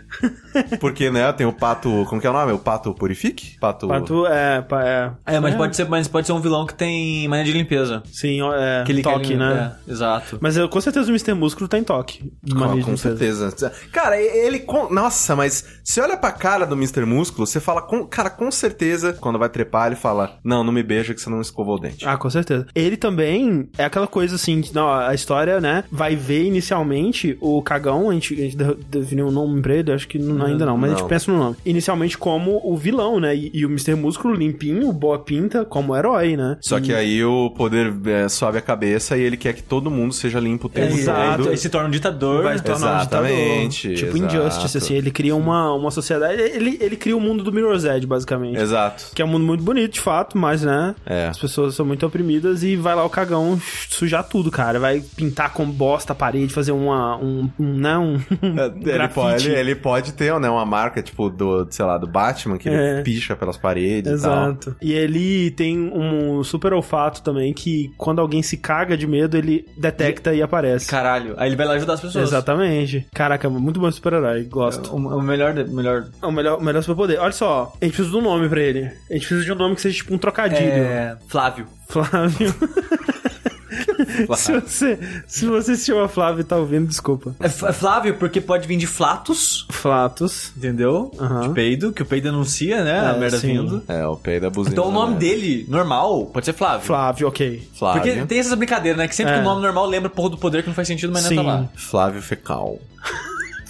Speaker 1: Porque, né, tem o pato. Como que é o nome? O pato Purifique? Pato.
Speaker 2: Pato, é, pa- é.
Speaker 3: É, mas, Pode ser, mas pode ser um vilão que tem mania de limpeza.
Speaker 2: Sim, ó, é.
Speaker 3: Que ele quer
Speaker 2: toque,
Speaker 3: limpar.
Speaker 2: né?
Speaker 3: É, exato.
Speaker 2: Mas eu, com certeza o Mr. Músculo tem toque.
Speaker 1: Com,
Speaker 2: Mania de
Speaker 1: com
Speaker 2: limpeza.
Speaker 1: certeza. Cara, ele. com- Nossa, mas você olha pra cara do Mr. Músculo, você fala. Com... Cara, com certeza, quando vai trepar, ele fala: Não, não me beija que você não escovou o dente.
Speaker 2: Ah, com certeza. Ele também é aquela coisa assim, que, não, a história, né, vai ver inicialmente o cagão, a gente, a gente de- definiu o nome pra ele, acho que não- ainda não, mas a
Speaker 1: não.
Speaker 2: gente pensa no nome. Inicialmente como o vilão, né, e, e o Mr. Músculo limpinho, boa pinta, como herói, né.
Speaker 1: Só que aí o poder é, sobe a cabeça e ele quer que todo mundo seja limpo o tempo
Speaker 2: É, Exato.
Speaker 1: todo.
Speaker 3: Ele se torna um ditador.
Speaker 2: Vai se tornar um ditador.
Speaker 1: Exatamente,
Speaker 2: Tipo
Speaker 1: exato.
Speaker 2: Injustice, assim, ele cria uma, uma sociedade, ele, ele cria o mundo do Mirror's Edge, basicamente.
Speaker 1: Exato.
Speaker 2: Que é um mundo muito bonito, de fato, mas, né?
Speaker 1: É.
Speaker 2: As pessoas são muito oprimidas e vai lá o cagão sujar tudo, cara. Vai pintar com bosta a parede, fazer uma, um, um, né? Um
Speaker 1: É, Ele
Speaker 2: grafite.
Speaker 1: pode, ele, ele pode ter né, uma marca, tipo, do, sei lá, do Batman, que ele
Speaker 2: É.
Speaker 1: picha pelas paredes e
Speaker 2: Exato. E ele tem um super olfato também, que quando alguém se caga de medo, ele detecta e aparece.
Speaker 3: Caralho. Aí ele vai lá ajudar as pessoas. É,
Speaker 2: Exatamente. Caraca, muito bom super-herói, gosto.
Speaker 1: É.
Speaker 3: O, o melhor, melhor
Speaker 2: É o melhor, o melhor superpoder. Olha só, a gente precisa de um nome pra ele. A gente precisa de um nome que seja tipo um trocadilho.
Speaker 3: é Flávio.
Speaker 2: Flávio.
Speaker 1: tal.
Speaker 2: se, você, se você se chama Flávio e tá ouvindo, desculpa.
Speaker 3: É F- é Flávio porque pode vir de flatos,
Speaker 2: Flatos.
Speaker 3: entendeu?
Speaker 2: Aham.
Speaker 3: De peido, que o peido anuncia, né? a
Speaker 2: É,
Speaker 3: merda
Speaker 2: sim.
Speaker 3: vindo.
Speaker 1: É, o pei da buzina.
Speaker 3: Então o nome
Speaker 1: né?
Speaker 3: dele, normal, pode ser Flávio.
Speaker 2: Flávio, ok.
Speaker 1: Flávio.
Speaker 3: Porque tem essas brincadeiras, né? Que sempre
Speaker 2: É.
Speaker 3: que o nome normal lembra porra do poder que não faz sentido, mas não tá
Speaker 2: Sim.
Speaker 3: lá.
Speaker 1: Flávio Fecal.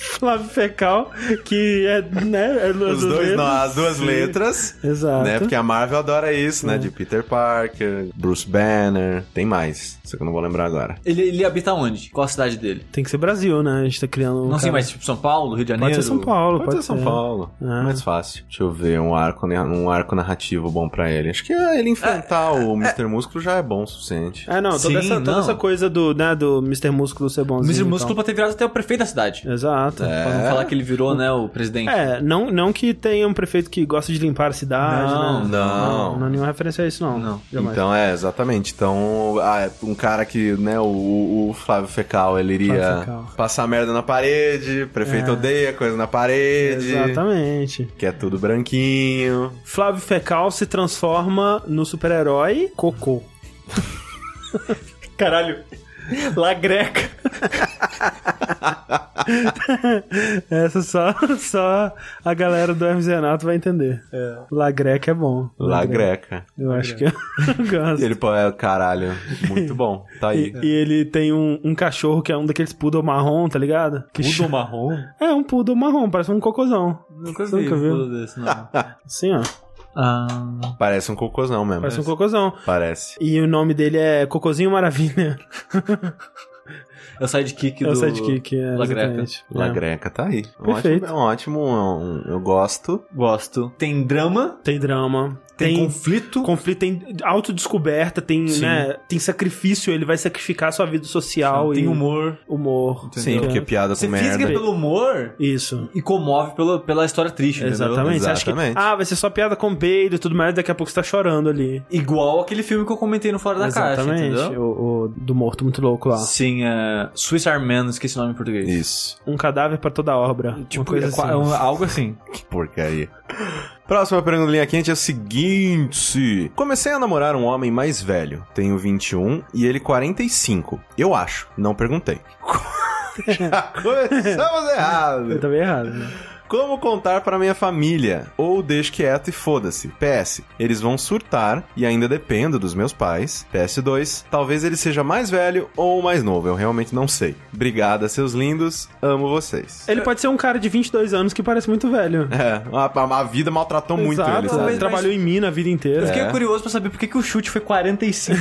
Speaker 2: Flávio Fecal, que é, né? é
Speaker 1: Os
Speaker 2: duas
Speaker 1: dois,
Speaker 2: letras.
Speaker 1: não, as duas
Speaker 2: Sim.
Speaker 1: letras.
Speaker 2: Exato. É.
Speaker 1: Né? Porque a Marvel adora isso, né? De Peter Parker, Bruce Banner, tem mais. Só que eu não vou lembrar agora.
Speaker 3: Ele, ele habita onde? Qual a cidade dele?
Speaker 2: Tem que ser Brasil, né? A gente tá criando. um
Speaker 3: Não sei,
Speaker 2: cara-
Speaker 3: mas tipo São Paulo, Rio de
Speaker 2: Pode
Speaker 3: Janeiro?
Speaker 2: ser São Paulo,
Speaker 1: Pode,
Speaker 2: pode,
Speaker 1: ser São Paulo.
Speaker 2: Ah.
Speaker 1: Mais fácil. Deixa eu ver um arco, né, um arco narrativo bom pra ele. Acho que ah, ele enfrentar o Mr. Músculo já é bom o suficiente.
Speaker 2: É, não, toda,
Speaker 3: Sim,
Speaker 2: essa, toda
Speaker 3: não.
Speaker 2: essa coisa do, né, do Mr. Músculo ser
Speaker 3: O
Speaker 2: bonzinho.
Speaker 3: Mr.
Speaker 2: e tal.
Speaker 3: Músculo pode ter virado até o prefeito da cidade.
Speaker 2: Exato.
Speaker 3: Pra não falar que ele virou, né, o presidente.
Speaker 2: É, não, não que tenha um prefeito que gosta de limpar a cidade,
Speaker 3: Não,
Speaker 2: né?
Speaker 1: não.
Speaker 2: Não, não há nenhuma referência a isso, não.
Speaker 3: Não.
Speaker 2: Jamais.
Speaker 1: Então, é, exatamente. Então, ah, é um cara que, né, o, o Flávio Fecal, ele iria
Speaker 2: Flávio Fecal.
Speaker 1: passar merda na parede, prefeito
Speaker 2: É.
Speaker 1: odeia coisa na parede,
Speaker 2: Exatamente.
Speaker 1: que é tudo branquinho.
Speaker 2: Flávio Fecal se transforma no super-herói Cocô. Caralho. Lagreca. Essa só, só a galera do Hermes e Renato vai entender. Lagreca é bom.
Speaker 1: Lá greca.
Speaker 2: Eu acho que eu gosto.
Speaker 1: Ele, pô, é, caralho, muito bom. Tá aí.
Speaker 2: E, e ele tem um, um cachorro que é um daqueles poodle marrom, tá ligado? Que
Speaker 3: Pudo
Speaker 2: cha-
Speaker 3: marrom?
Speaker 2: É, um poodle marrom, parece um cocôzão.
Speaker 3: Nunca
Speaker 2: vi
Speaker 3: vi.
Speaker 2: um
Speaker 3: um
Speaker 2: poodle
Speaker 3: desse, não.
Speaker 2: Assim, ó.
Speaker 3: ah,
Speaker 1: Parece um cocôzão mesmo.
Speaker 2: é. Parece um cocôzão.
Speaker 1: Parece.
Speaker 2: E o nome dele é Cocôzinho Maravilha.
Speaker 3: é o sidekick
Speaker 2: é
Speaker 3: do...
Speaker 2: o sidekick, é,
Speaker 3: Lagreca.
Speaker 2: exatamente.
Speaker 1: La
Speaker 2: É.
Speaker 1: Greca tá aí. Um
Speaker 2: Perfeito.
Speaker 1: ótimo- é um ótimo, um- eu gosto.
Speaker 3: Gosto. Tem drama,
Speaker 2: Tem drama,
Speaker 3: tem,
Speaker 2: tem,
Speaker 3: conflito.
Speaker 2: conflito, tem autodescoberta, tem,
Speaker 3: Sim.
Speaker 2: né, tem sacrifício, ele vai sacrificar sua vida social
Speaker 3: Tem
Speaker 2: e
Speaker 3: humor.
Speaker 2: humor.
Speaker 1: Sim,
Speaker 3: Entendeu?
Speaker 2: É.
Speaker 1: porque piada com
Speaker 3: Você
Speaker 1: merda.
Speaker 3: fisga pelo humor
Speaker 2: Isso.
Speaker 3: e comove pelo, pela história triste, entendeu?
Speaker 2: Exatamente. Você acha que,
Speaker 1: Exatamente.
Speaker 2: ah, vai ser só piada com peido e tudo mais, daqui a pouco você tá chorando ali.
Speaker 3: Igual aquele filme que eu comentei no Fora da Caixa,
Speaker 2: Exatamente.
Speaker 3: entendeu?
Speaker 2: o, o do morto muito louco lá.
Speaker 3: Sim, é... Swiss Army Man, esqueci o nome em português.
Speaker 1: Isso.
Speaker 2: Um cadáver pra toda obra.
Speaker 3: Tipo,
Speaker 2: uma coisa
Speaker 3: é
Speaker 2: assim.
Speaker 3: qua- é um- algo assim.
Speaker 1: Que porcaria. Próxima pergunta do Linha Quente é a seguinte. Comecei a namorar um homem mais velho. Tenho 21 e ele 45. Eu acho. Não perguntei. Já começamos
Speaker 2: Eu
Speaker 1: errado.
Speaker 2: também errado. né?
Speaker 1: Como contar para minha família? Ou deixo quieto e foda-se. PS. Eles vão surtar e ainda dependo dos meus pais. PS2. Talvez ele seja mais velho ou mais novo. Eu realmente não sei. Obrigada, seus lindos. Amo vocês.
Speaker 2: Ele pode ser um cara de 22 anos que parece muito velho.
Speaker 1: É, a, a vida
Speaker 3: É
Speaker 1: maltratou muito
Speaker 2: Exato,
Speaker 1: ele,
Speaker 2: mas
Speaker 1: sabe?
Speaker 2: trabalhou em mina a vida
Speaker 3: Eu
Speaker 2: inteira.
Speaker 3: fiquei
Speaker 1: É.
Speaker 3: curioso pra saber por que, que o chute foi 45.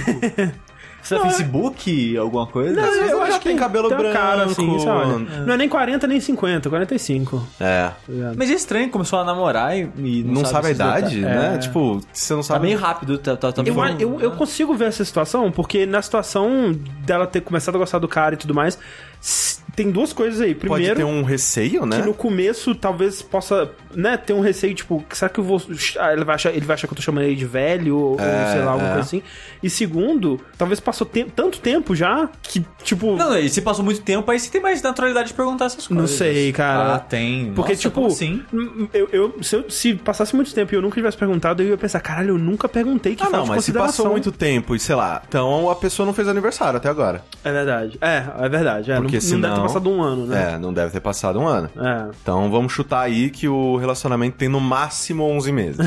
Speaker 3: Será Facebook? Alguma coisa?
Speaker 1: Às vezes
Speaker 2: eu
Speaker 1: ele
Speaker 2: acho
Speaker 1: já tem
Speaker 2: que
Speaker 1: cabelo
Speaker 2: Tem um cara
Speaker 1: branco.
Speaker 2: assim, sabe? Não é nem 40 nem 50, 45.
Speaker 1: É.
Speaker 2: tá ligado?
Speaker 3: Mas é estranho, começou a namorar e, e
Speaker 1: Não, sabe, a
Speaker 3: se esgotar.
Speaker 1: idade,
Speaker 3: É.
Speaker 1: né? Tipo, você não
Speaker 3: Tá
Speaker 1: sabe.
Speaker 3: meio rápido, tá, tá, tá
Speaker 2: Eu,
Speaker 3: meio-
Speaker 2: eu, eu consigo ver essa situação, porque na situação dela ter começado a gostar do cara e tudo mais, s- tem duas coisas aí.
Speaker 1: Pode
Speaker 2: Primeiro,
Speaker 1: ter um receio, né?
Speaker 2: que no começo talvez possa, né, ter um receio, tipo, será que eu vou. ah, Ele vai achar, ele vai achar que eu tô chamando ele de velho, ou, ou sei lá, alguma
Speaker 1: é.
Speaker 2: coisa assim. E segundo, talvez passou te- tanto tempo já que, tipo.
Speaker 3: Não, e se passou muito tempo, aí você tem mais naturalidade de perguntar essas coisas.
Speaker 2: Não sei, cara.
Speaker 3: Ah, tem.
Speaker 2: Porque,
Speaker 3: Nossa,
Speaker 2: tipo,
Speaker 3: como assim?
Speaker 2: n- eu, eu- se, eu- se passasse muito tempo e eu nunca tivesse perguntado, eu ia pensar, caralho, eu nunca perguntei que
Speaker 1: Ah,
Speaker 2: falta
Speaker 1: não,
Speaker 2: de
Speaker 1: mas se passou
Speaker 2: consideração.
Speaker 1: muito tempo e sei lá. Então a pessoa não fez aniversário até agora.
Speaker 2: É verdade. É, é verdade. É,
Speaker 1: Porque
Speaker 2: não, não
Speaker 1: senão-
Speaker 2: deve ter passado um ano, né?
Speaker 1: É, não deve ter passado um ano.
Speaker 2: É.
Speaker 1: Então vamos chutar aí que o relacionamento tem no máximo 11 meses.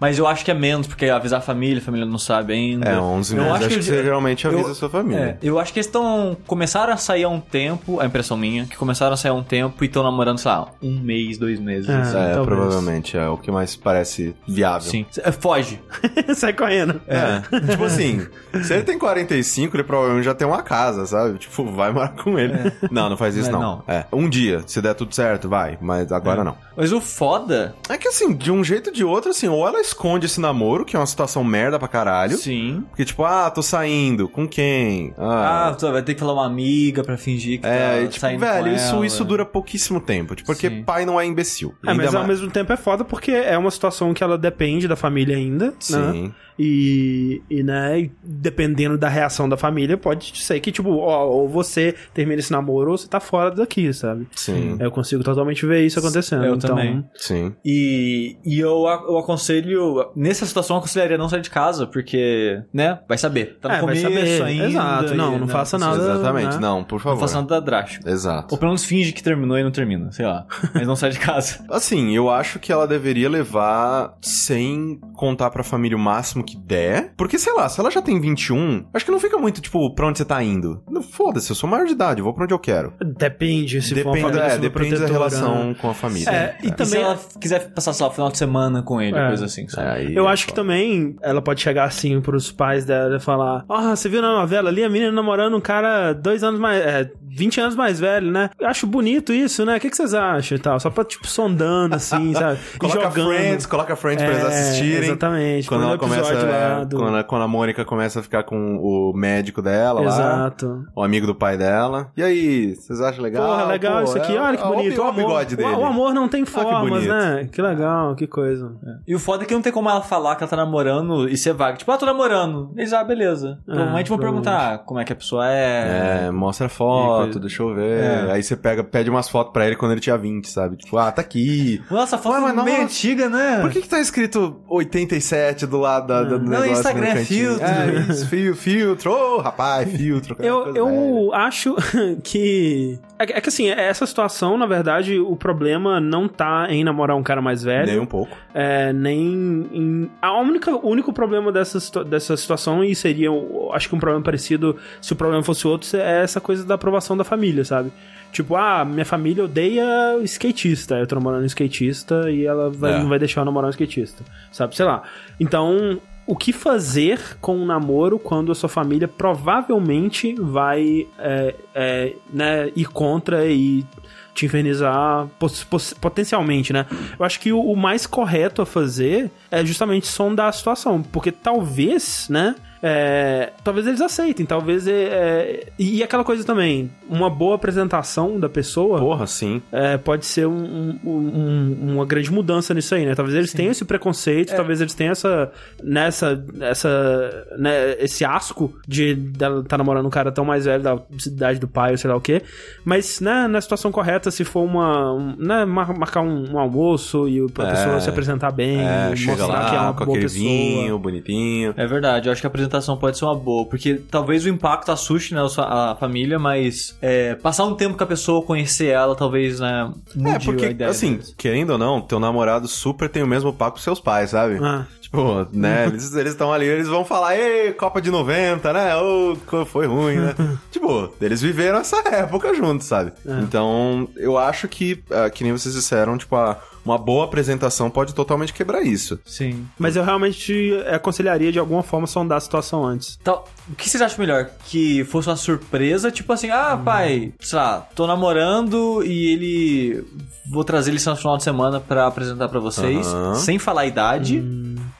Speaker 3: Mas eu acho que é menos, porque avisar a família, a família não sabe ainda.
Speaker 1: é, 11 meses. Acho, que, você geralmente avisa
Speaker 3: eu-
Speaker 1: a sua
Speaker 3: É,
Speaker 1: família.
Speaker 3: eu acho que eles estão. Começaram a sair há um tempo, a impressão minha, que começaram a sair há um tempo e estão namorando, sei lá, um mês, dois meses.
Speaker 2: É.
Speaker 3: assim.
Speaker 1: É,
Speaker 2: talvez.
Speaker 1: provavelmente é o que mais parece viável.
Speaker 3: Sim. É, Foge.
Speaker 2: Sai correndo.
Speaker 1: É, tipo assim, se ele tem 45, ele provavelmente já tem uma casa, sabe? Tipo, vai morar com ele. Não, não faz isso,
Speaker 3: Mas
Speaker 1: não. É, um dia, se der tudo certo, vai, mas agora não.
Speaker 3: Mas o foda.
Speaker 1: É que assim, de um jeito ou de outro, assim, ou ela esconde esse namoro, que é uma situação merda pra caralho.
Speaker 3: Sim.
Speaker 1: Porque, tipo, ah, tô saindo, com quem?
Speaker 3: Ah,
Speaker 1: Ah.
Speaker 3: tu vai ter que falar uma amiga pra fingir que tá
Speaker 1: é, e, tipo,
Speaker 3: saindo com
Speaker 1: velho, isso,
Speaker 3: ela.
Speaker 1: isso dura pouquíssimo tempo. Tipo, porque
Speaker 3: Sim.
Speaker 1: pai não é imbecil.
Speaker 2: É, mas ao
Speaker 1: mais-
Speaker 2: mesmo tempo é foda porque é uma situação que ela depende da família ainda, né?
Speaker 1: Sim.
Speaker 2: E, e, né, e dependendo da reação da família, pode ser que, tipo, ó, ou você termina esse namoro ou você tá fora daqui, sabe?
Speaker 1: Sim.
Speaker 2: Eu consigo totalmente ver isso acontecendo.
Speaker 3: Eu
Speaker 2: então,
Speaker 3: também.
Speaker 1: Sim.
Speaker 3: E, e eu, a- eu aconselho, nessa situação, eu aconselharia não sair de casa, porque, né, vai saber. Tá no
Speaker 2: É, vai
Speaker 3: começo
Speaker 2: saber.
Speaker 3: ainda.
Speaker 2: Exato. Não,
Speaker 3: e, né,
Speaker 2: não faça nada.
Speaker 1: Exatamente.
Speaker 2: né?
Speaker 1: Não, por
Speaker 3: Não
Speaker 1: favor.
Speaker 3: faça nada drástico.
Speaker 1: Exato.
Speaker 3: Ou pelo menos finge que terminou e não termina, sei lá. Mas não sai de casa.
Speaker 1: Assim, eu acho que ela deveria levar sem contar pra família o máximo que der. Porque, sei lá, se ela já tem 21, acho que não fica muito, tipo, pra onde você tá indo. Não, Foda-se, eu sou maior de idade, eu vou pra onde eu quero.
Speaker 2: Depende se for uma
Speaker 1: depende
Speaker 2: família
Speaker 1: é,
Speaker 2: super
Speaker 1: depende da
Speaker 2: protetora,
Speaker 1: relação
Speaker 2: né?
Speaker 1: com a família.
Speaker 2: É, e
Speaker 3: E se
Speaker 2: também.
Speaker 3: ela quiser passar, sei lá, o final de semana com ele,
Speaker 2: É.
Speaker 3: coisa assim, sabe?
Speaker 2: Eu acho que também ela pode chegar assim pros pais dela e falar: Ah, você viu na novela ali a menina namorando um cara dois anos mais. É, 20 anos mais velho, né? Eu acho bonito isso, né? O que, que vocês acham e tal? Só pra, tipo, sondando assim, sabe? E
Speaker 1: Coloca
Speaker 2: jogando.
Speaker 1: Friends, coloca Friends pra eles
Speaker 2: É,
Speaker 1: assistirem.
Speaker 2: Exatamente.
Speaker 1: Quando
Speaker 2: põe
Speaker 1: ela
Speaker 2: no episódio
Speaker 1: começa. é,
Speaker 2: lá do-
Speaker 1: Quando, a, quando a Mônica começa a ficar com o médico dela lá.
Speaker 2: Exato.
Speaker 1: O amigo do pai dela. E aí, vocês acham legal?
Speaker 2: Porra, legal
Speaker 1: Pô,
Speaker 2: isso aqui.
Speaker 1: é-
Speaker 2: Olha que
Speaker 1: ó,
Speaker 2: bonito.
Speaker 1: Ó,
Speaker 2: o,
Speaker 1: o
Speaker 2: amor,
Speaker 1: bigode
Speaker 2: o-
Speaker 1: dele.
Speaker 2: o amor não tem
Speaker 1: que
Speaker 2: formas,
Speaker 1: bonito.
Speaker 2: né? Que legal, que coisa.
Speaker 3: E o foda é que não tem como ela falar que ela tá namorando e ser vaga. Tipo, ah, tô namorando. Eles, ah, beleza. provavelmente vão
Speaker 2: É, provavelmente.
Speaker 3: perguntar ah, como é que a pessoa é.
Speaker 1: É, mostra foto,
Speaker 3: coisa- É.
Speaker 1: deixa eu ver. Aí você pega, pede umas fotos pra ele quando ele tinha 20, sabe? Tipo, ah, tá aqui.
Speaker 3: Nossa, a foto
Speaker 1: Ué, mas
Speaker 3: é meio
Speaker 1: nossa.
Speaker 3: antiga, né?
Speaker 1: Por que que tá escrito 87 do lado da, do
Speaker 2: Não,
Speaker 1: negócio? no
Speaker 3: Instagram é
Speaker 1: cantinho?
Speaker 3: filtro.
Speaker 1: É, isso, fio, filtro. Ô, rapaz, filtro. cara,
Speaker 2: Eu,
Speaker 1: coisa É.
Speaker 2: eu acho que. É, que- é que assim, essa situação, na verdade, o problema não tá em namorar um cara mais
Speaker 1: velha. Nem
Speaker 2: velho.
Speaker 1: um pouco.
Speaker 2: é, nem em. A única, o único problema dessa, situa- dessa situação, e seria, eu acho que um problema parecido se o problema fosse outro, é essa coisa da aprovação da família, sabe? Tipo, ah, minha família odeia skatista. Eu tô namorando um skatista e ela vai-
Speaker 1: É.
Speaker 2: não vai deixar eu namorar um skatista. Sabe? Sei lá. Então, o que fazer com um namoro quando a sua família provavelmente vai é, é, né, ir contra e te infernizar pos- pos- potencialmente, né? Eu acho que o, o mais correto a fazer é justamente sondar a situação, porque talvez, né? é, talvez eles aceitem, talvez. é, e aquela coisa também, uma boa apresentação da pessoa
Speaker 1: Porra, sim.
Speaker 2: é, pode ser um- um- um- uma grande mudança nisso aí, né? Talvez eles tenham esse preconceito, talvez eles tenham essa. nessa. essa. né, esse asco de dela tá namorando um cara tão mais velho da idade do pai, ou sei lá o quê. Mas, né, na situação correta, se for uma. um, né, mar- marcar um, um almoço e a
Speaker 1: É.
Speaker 2: pessoa se apresentar bem,
Speaker 1: É,
Speaker 2: mostrar
Speaker 1: chega lá
Speaker 2: que é uma
Speaker 1: com
Speaker 2: boa
Speaker 1: aquele
Speaker 2: pessoa.
Speaker 1: vinho bonitinho.
Speaker 3: É verdade, eu acho que a apresentação pode ser uma boa, porque talvez o impacto assuste né, a sua- a família, mas é, passar um tempo com a pessoa, conhecer ela, talvez, né, mude
Speaker 1: É, porque,
Speaker 3: a ideia.
Speaker 1: assim,
Speaker 3: deles.
Speaker 1: querendo ou não, teu namorado super tem o mesmo papo que seus pais, sabe?
Speaker 2: Ah,
Speaker 1: Tipo, né, eles estão ali, eles vão falar, ei, Copa de 90, né, ou foi ruim, né? tipo, eles viveram essa época juntos, sabe?
Speaker 2: É.
Speaker 1: Então, eu acho que, ah, que nem vocês disseram, tipo, ah, uma boa apresentação pode totalmente quebrar isso.
Speaker 3: Sim.
Speaker 2: mas eu realmente aconselharia de alguma forma sondar a situação antes.
Speaker 3: Então, o que vocês acham melhor? Que fosse uma surpresa, tipo assim,
Speaker 1: Hum.
Speaker 3: ah, pai, sei lá, tô namorando e ele. Vou trazer ele no final de semana pra apresentar pra vocês,
Speaker 1: Aham. Hum.
Speaker 3: sem falar a idade.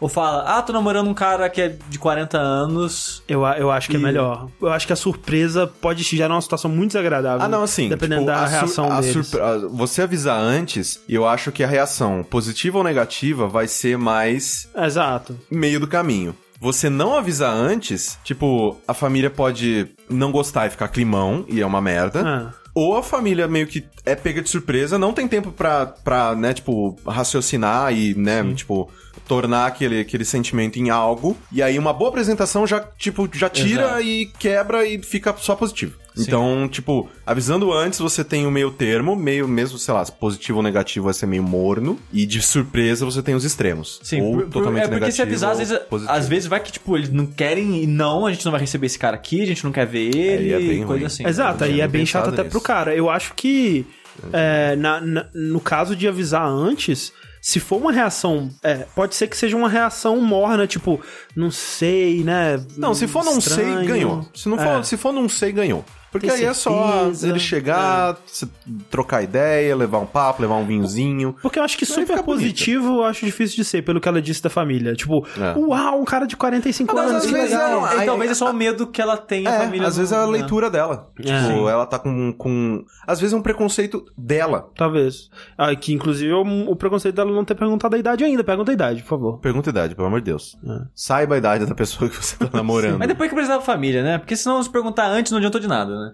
Speaker 3: Ou fala, ah, tô namorando um cara que é de 40 anos.
Speaker 2: Eu, a- eu acho que
Speaker 3: E-
Speaker 2: é melhor. Eu acho que a surpresa pode gerar uma situação muito desagradável.
Speaker 1: Ah, não, assim.
Speaker 2: Dependendo
Speaker 1: tipo,
Speaker 2: da
Speaker 1: a sur-
Speaker 2: reação
Speaker 1: a
Speaker 2: deles.
Speaker 1: surpre- a- Você avisar antes, e eu acho que a reação, positiva ou negativa, vai ser mais
Speaker 2: Exato.
Speaker 1: meio do caminho. Você não avisar antes, tipo, a família pode não gostar e ficar climão, e é uma merda.
Speaker 2: Ah.
Speaker 1: Ou a família meio que é pega de surpresa, não tem tempo pra, pra né, tipo, raciocinar e, né, tipo, tornar aquele, aquele sentimento em algo. E aí uma boa apresentação já, tipo, já tira
Speaker 3: Exato.
Speaker 1: e quebra e fica só positivo.
Speaker 3: Sim.
Speaker 1: Então, tipo, avisando antes, você tem o meio termo, meio mesmo, sei lá, se positivo ou negativo vai ser meio morno. E de surpresa você tem os extremos.
Speaker 3: Sim,
Speaker 1: ou
Speaker 3: por- por-
Speaker 1: totalmente
Speaker 3: é porque
Speaker 1: negativo.
Speaker 3: se avisar, às vezes,
Speaker 1: ou positivo.
Speaker 3: às vezes vai que, tipo, eles não querem e não, a gente não vai receber esse cara aqui, a gente não quer ver ele,
Speaker 1: é bem
Speaker 3: coisa
Speaker 1: ruim.
Speaker 3: assim.
Speaker 2: Exato,
Speaker 1: eu não
Speaker 2: aí
Speaker 1: tinha
Speaker 2: é bem
Speaker 1: pensado
Speaker 2: chato até
Speaker 1: nisso.
Speaker 2: pro cara. Eu acho que é, na- na- no caso de avisar antes, se for uma reação, é, pode ser que seja uma reação morna, tipo, não sei, né?
Speaker 1: Não, se for não
Speaker 2: estranho.
Speaker 1: sei, ganhou. Se, não for,
Speaker 2: É.
Speaker 1: se for não sei, ganhou. Porque
Speaker 2: Tem
Speaker 1: aí é só
Speaker 2: certeza.
Speaker 1: ele chegar, se- trocar ideia, levar um papo, levar um vinhozinho.
Speaker 2: Porque eu acho que
Speaker 1: Não, fica
Speaker 2: super
Speaker 1: bonito.
Speaker 2: positivo eu acho difícil de ser, pelo que ela disse da família. Tipo,
Speaker 1: É. Ah,
Speaker 2: uau, um cara de 45
Speaker 1: Mas
Speaker 2: anos.
Speaker 1: às
Speaker 2: que
Speaker 1: vezes
Speaker 2: legal.
Speaker 1: é um-
Speaker 3: E
Speaker 1: aí-
Speaker 3: talvez Então, é só o medo que ela tem, a
Speaker 1: É,
Speaker 3: família.
Speaker 1: às
Speaker 3: não-
Speaker 1: vezes é a
Speaker 3: né?
Speaker 1: leitura dela. Tipo, ela tá com, com. Às vezes é um preconceito dela.
Speaker 2: Talvez. Ah, que inclusive eu- o preconceito dela não ter perguntado a idade ainda. Pergunta a idade, por favor.
Speaker 1: Pergunta a idade, pelo amor de Deus.
Speaker 2: É.
Speaker 1: Saiba a idade da pessoa que você tá namorando.
Speaker 3: Mas depois que apresentar a família, né? Porque senão se perguntar antes não adiantou de nada, né?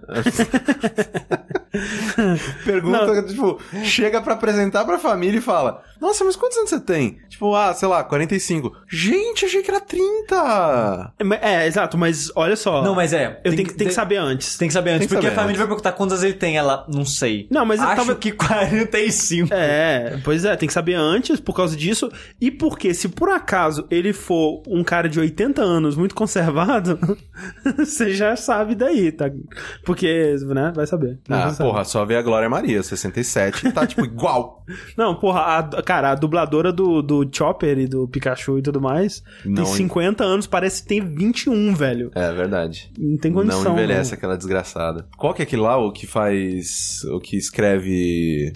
Speaker 1: Pergunta, tipo, chega pra apresentar pra família e fala: Nossa, mas quantos anos você tem? Tipo, ah, sei lá, 45. Gente, achei que era 30.
Speaker 2: É, é, exato, mas olha só.
Speaker 3: Não, mas é.
Speaker 2: Eu tenho que, tem que saber antes.
Speaker 3: Tem que saber antes,
Speaker 1: Tem que
Speaker 3: porque
Speaker 1: saber
Speaker 3: a família
Speaker 1: antes.
Speaker 3: vai perguntar quantas ele tem. Ela, não sei.
Speaker 2: Não, mas eu
Speaker 3: Acho
Speaker 2: tava-
Speaker 3: que 45.
Speaker 2: É, pois é, tem que saber antes por causa disso. E porque, se por acaso ele for um cara de 80 anos muito conservado, você já sabe daí, tá? Porque, né, vai saber.
Speaker 1: Ah,
Speaker 2: Não sabe.
Speaker 1: porra, só ver a Glória Maria, 67, tá, tipo, igual.
Speaker 2: Não, porra, a- cara, a dubladora do, do Chopper e do Pikachu e tudo mais
Speaker 1: Não,
Speaker 2: tem 50 anos, parece que tem 21, velho.
Speaker 1: É verdade.
Speaker 2: Não tem condição. né?
Speaker 1: não envelhece aquela desgraçada. Qual que é aquele lá o que faz. O que escreve.